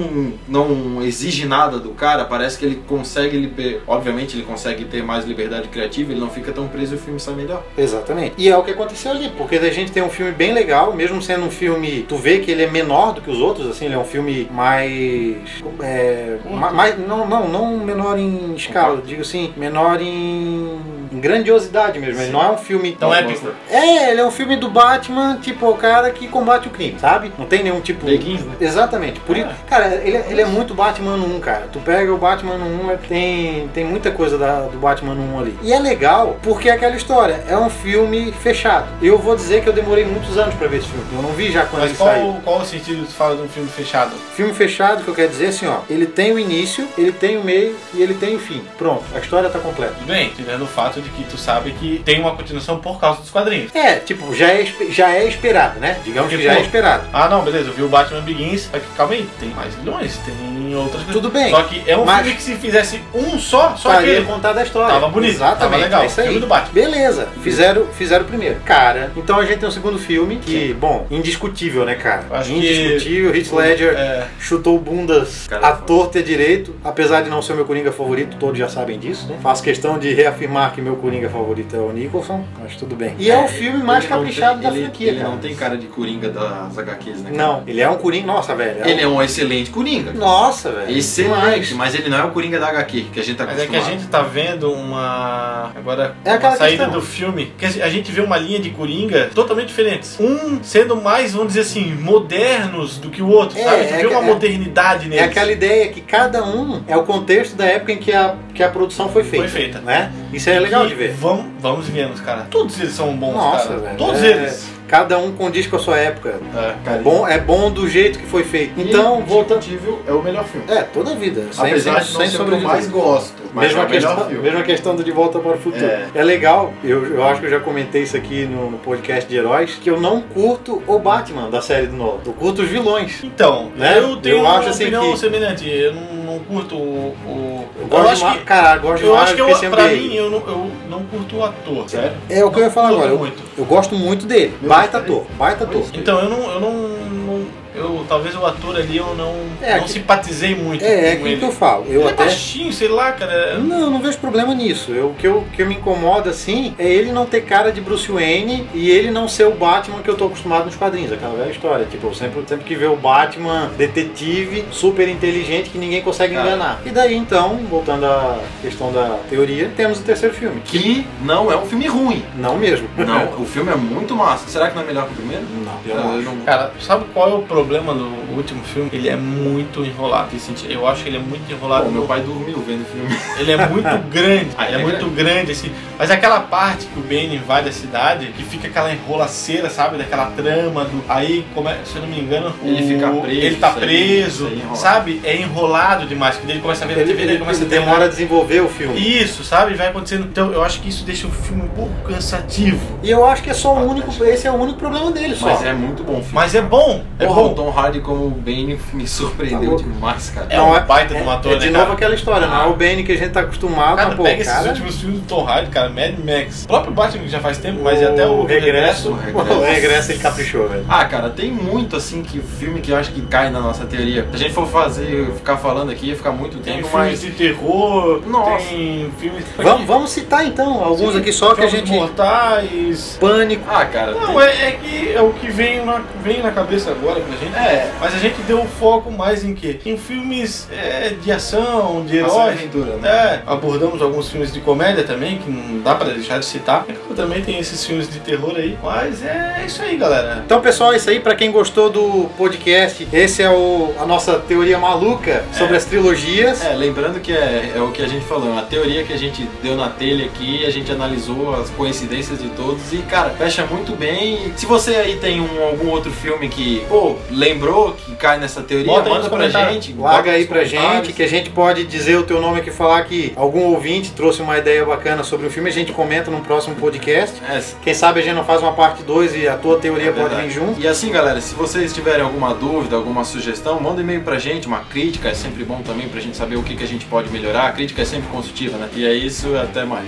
S2: não exige nada do cara, parece que ele consegue, liber- obviamente ele consegue ter mais liberdade criativa, ele não fica tão preso e o filme sai melhor.
S1: Exatamente. E é o que aconteceu ali, porque a gente tem um filme bem legal, mesmo sendo um filme, tu vê que ele é menor do que os outros, assim, ele é um filme mais. é, ma- mais não, não, não menor em escala, eu digo assim, menor em, em grandiosidade mesmo. Ele não é um filme.
S5: Então é
S2: Mostra.
S5: épico.
S1: É, ele é um filme do Batman, tipo, o cara que combate o crime, sabe? Não tem nenhum tipo.
S5: Beguins, né?
S1: Exatamente. Por isso, cara, ele, ele é muito Batman 1, cara. Tu pega o Batman 1, é- tem, tem muita coisa da- do Batman 1 ali. E é legal porque é aquela história. É um filme fechado. Eu vou dizer que eu demorei muitos anos pra ver esse filme. Eu não vi já quando
S5: Mas
S1: ele
S5: qual,
S1: saiu.
S5: qual o sentido que tu fala de um filme fechado?
S1: Filme fechado, que eu quero dizer assim, ó. Ele tem o início, ele tem o meio e ele tem o fim. Pronto, a história tá completa.
S5: Tudo bem, tirando o fato de que tu sabe que tem uma continuação por causa dos quadrinhos.
S1: É, tipo, já é, espe- já é esperado, né? Digamos que
S5: Porque,
S1: já é
S5: pô,
S1: esperado.
S5: Ah, não, beleza, eu vi o Batman Begins, só que calma aí, tem mais milhões, tem outras coisas.
S1: Tudo bem,
S5: Só que é um
S1: mas-
S5: filme que se fizesse um só, só
S1: Faria
S5: aquele.
S1: contada a história.
S5: Tava bonito,
S1: Exatamente.
S5: tava legal.
S1: É isso aí.
S5: Filme do Batman.
S1: Beleza. Fizeram, fizeram o primeiro. Cara, então a gente tem um segundo filme que, bom, indiscutível, né, cara?
S5: Acho que-
S1: indiscutível. Heath Ledger
S5: É,
S1: chutou bundas
S2: Cara,
S1: à torta e direito. Apesar de não ser meu Coringa favorito, todos já sabem disso, né? Faço questão de reafirmar que meu Coringa favorito é o Nicholson, mas tudo bem. E é, o filme mais
S2: Ele não
S1: caprichado
S2: tem-
S1: da
S2: ele,
S1: franquia,
S2: Ele
S1: cara.
S2: não tem cara de Coringa das HQs, né? cara?
S1: Não, ele é um Coringa... Nossa, velho.
S2: Ele é um excelente Coringa.
S1: Nossa, velho.
S2: Excelente, mas ele não é o Coringa da HQ, que a gente tá
S5: mas é que a
S2: acostumado.
S5: gente tá vendo uma. Agora,
S1: É aquela
S5: uma saída
S1: questão.
S5: do filme. Que a gente vê uma linha de Coringa totalmente diferentes. Um sendo mais, vamos dizer assim, modernos do que o outro,
S1: É,
S5: sabe? Tu
S1: é
S5: vê uma
S1: que- é-
S5: modernidade
S1: É
S5: neles.
S1: aquela ideia que cada um é o contexto da época em que a, que a produção foi feita.
S5: Foi feita.
S1: Né? Isso é legal de ver.
S5: Vamos, vamos e viemos, cara. Todos eles são bons,
S1: Nossa,
S5: cara.
S1: velho.
S5: Todos
S1: É.
S5: eles.
S1: Cada um condiz com a sua época.
S5: É.
S1: É bom, é bom do jeito que foi feito. Então, voltando.
S2: Indiscutível é o melhor filme.
S1: É, toda a vida. Sem,
S2: Apesar de
S1: sem, sem
S2: não ser o que eu
S1: sobrevivência.
S2: mais gosto. Mas
S1: mesma,
S2: é o melhor
S1: questão,
S2: filme.
S1: mesma questão do De Volta para o Futuro. É,
S2: É.
S1: legal, eu, eu acho que eu já comentei isso aqui no, no podcast de heróis, que eu não curto o Batman da série do Nolan. Eu curto os vilões.
S5: Então,
S1: Né?
S5: eu tenho
S1: Eu
S5: uma
S1: acho, assim,
S5: opinião
S1: que-
S5: semelhante. Eu não, não curto o. o-
S1: Eu gosto de ma- Cara, eu gosto
S5: Eu
S1: demais
S5: acho que
S1: do Christian
S5: eu, pra
S1: Bale.
S5: mim, eu não, eu não curto o ator, sério.
S1: É o que eu ia falar
S5: Curto
S1: agora. Eu,
S5: muito.
S1: eu gosto muito dele.
S2: Meu
S1: baita
S2: Deus,
S1: ator, baita ator.
S2: Pois é.
S5: Então eu não, eu não, não- Eu, talvez o ator ali eu não,
S1: É,
S5: não
S1: que-
S5: simpatizei muito
S1: É, é
S5: com
S1: aquilo
S5: ele.
S1: que eu falo. Eu
S2: tá
S5: ele é
S1: até.
S5: baixinho, sei lá, cara. é-
S1: Não, não vejo problema nisso. Eu- o que, eu, o que me incomoda, assim, é ele não ter cara de Bruce Wayne e ele não ser o Batman que eu tô acostumado nos quadrinhos. Aquela velha história. Tipo, eu sempre, sempre que vê o Batman, detetive, super inteligente, que ninguém consegue
S2: Cara.
S1: enganar. E daí, então, voltando à questão da teoria, temos o terceiro filme. Que
S2: Que não é um filme ruim.
S1: não mesmo.
S2: Não, o filme é muito massa. Será que não é melhor que o primeiro?
S1: Não, eu não
S2: Eu
S1: acho.
S2: não-
S5: Cara, sabe qual é o problema do último filme? Ele é muito enrolado. nesse sentido. Eu acho que ele é muito enrolado.
S2: Pô, meu pai dormiu vendo o filme.
S5: Ele é muito grande,
S2: Ah,
S5: ele é
S2: ele é
S5: muito grande, assim. Mas aquela parte que o Ben invade a cidade, que fica aquela enrolaceira, sabe? Daquela trama do. Aí, como é- se eu não me engano,
S2: Ele
S5: o-
S2: fica preso,
S5: Ele tá
S2: isso aí,
S5: preso,
S2: isso aí enrola.
S5: sabe? É enrolado demais. Porque ele começa a ver a
S1: Ele,
S5: TV, ele, começa a
S1: demora a desenvolver o filme. E...
S5: Isso, sabe? Vai acontecendo. Então, eu acho que isso deixa o filme um pouco cansativo.
S1: eu acho que é só o único. Esse é o único problema dele, só.
S2: Mas é muito bom o filme.
S5: Mas é bom, é
S2: Porra, o
S5: bom.
S2: Tom Hardy como o Bane me surpreendeu
S1: Tá louco.
S2: demais, cara.
S5: É um baita de um ator,
S1: é de
S5: né,
S1: novo
S5: cara?
S1: aquela história, não é o Bane que a gente tá acostumado,
S5: Cara,
S1: mas, pô,
S5: pega esses
S1: cara,
S5: últimos filmes do Tom Hardy, cara, Mad Max. O próprio Batman que já faz tempo, mas é até o
S1: regresso.
S2: regresso.
S1: pô, O regresso ele caprichou, velho.
S2: Ah, cara, tem muito assim que filme que eu acho que cai na nossa teoria. Se a gente for fazer, ficar falando aqui, ia ficar muito
S5: Tem
S2: tempo,
S5: filmes
S2: mas.
S5: de terror,
S2: Nossa.
S5: tem filmes.
S1: Vamos, vamos citar então alguns aqui só que a gente.
S5: Mortais.
S1: Pânico.
S2: Ah, cara.
S5: Não,
S2: tem-
S5: é, é que é o que vem na, vem na cabeça agora pra gente.
S2: É.
S5: Mas a gente deu foco mais em quê? Em filmes é, de ação, de
S2: Ação e
S5: herói.
S2: aventura, né?
S5: É, abordamos alguns filmes de comédia também, que não dá pra deixar de citar. Também tem esses filmes de terror aí. Mas é isso aí, galera.
S1: Então, pessoal, é isso aí. Pra quem gostou do podcast, esse é o, a nossa teoria maluca sobre as trilogias.
S2: É, lembrando que é, é o que a gente falou, a teoria que a gente deu na telha aqui, a gente analisou as coincidências de todos e, cara, fecha muito bem. Se você aí tem um- algum outro filme que, pô, lembrou que cai nessa teoria,
S5: Bota aí
S2: manda
S5: nos
S2: pra
S5: comentários.
S2: gente. bota
S1: Larga aí
S2: nos
S1: pra
S2: comentários.
S1: gente, que a gente pode dizer o teu nome aqui, falar que algum ouvinte trouxe uma ideia bacana sobre o filme, a gente comenta no próximo podcast.
S2: É,
S1: Quem sabe a gente não faz uma parte 2 e a tua teoria
S2: É
S1: pode
S2: verdade.
S1: vir junto.
S2: E assim, galera, se vocês tiverem alguma dúvida, alguma sugestão, manda um e-mail pra gente, uma crítica, é sempre bom também pra gente saber o que, que a gente pode melhorar. A crítica é sempre construtiva, né? E é isso, até mais.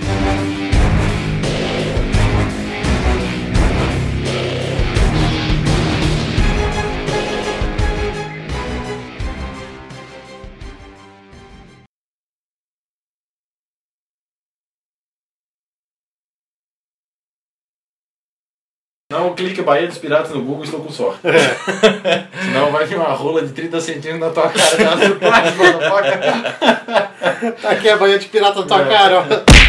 S2: Não clique Bahia dos Piratas no Google, estou com sorte. Senão vai vir uma rola de 30 centímetros na tua cara. Tá? Vai, mano, foca.
S1: Tá aqui a Bahia de Pirata na tua cara, ó.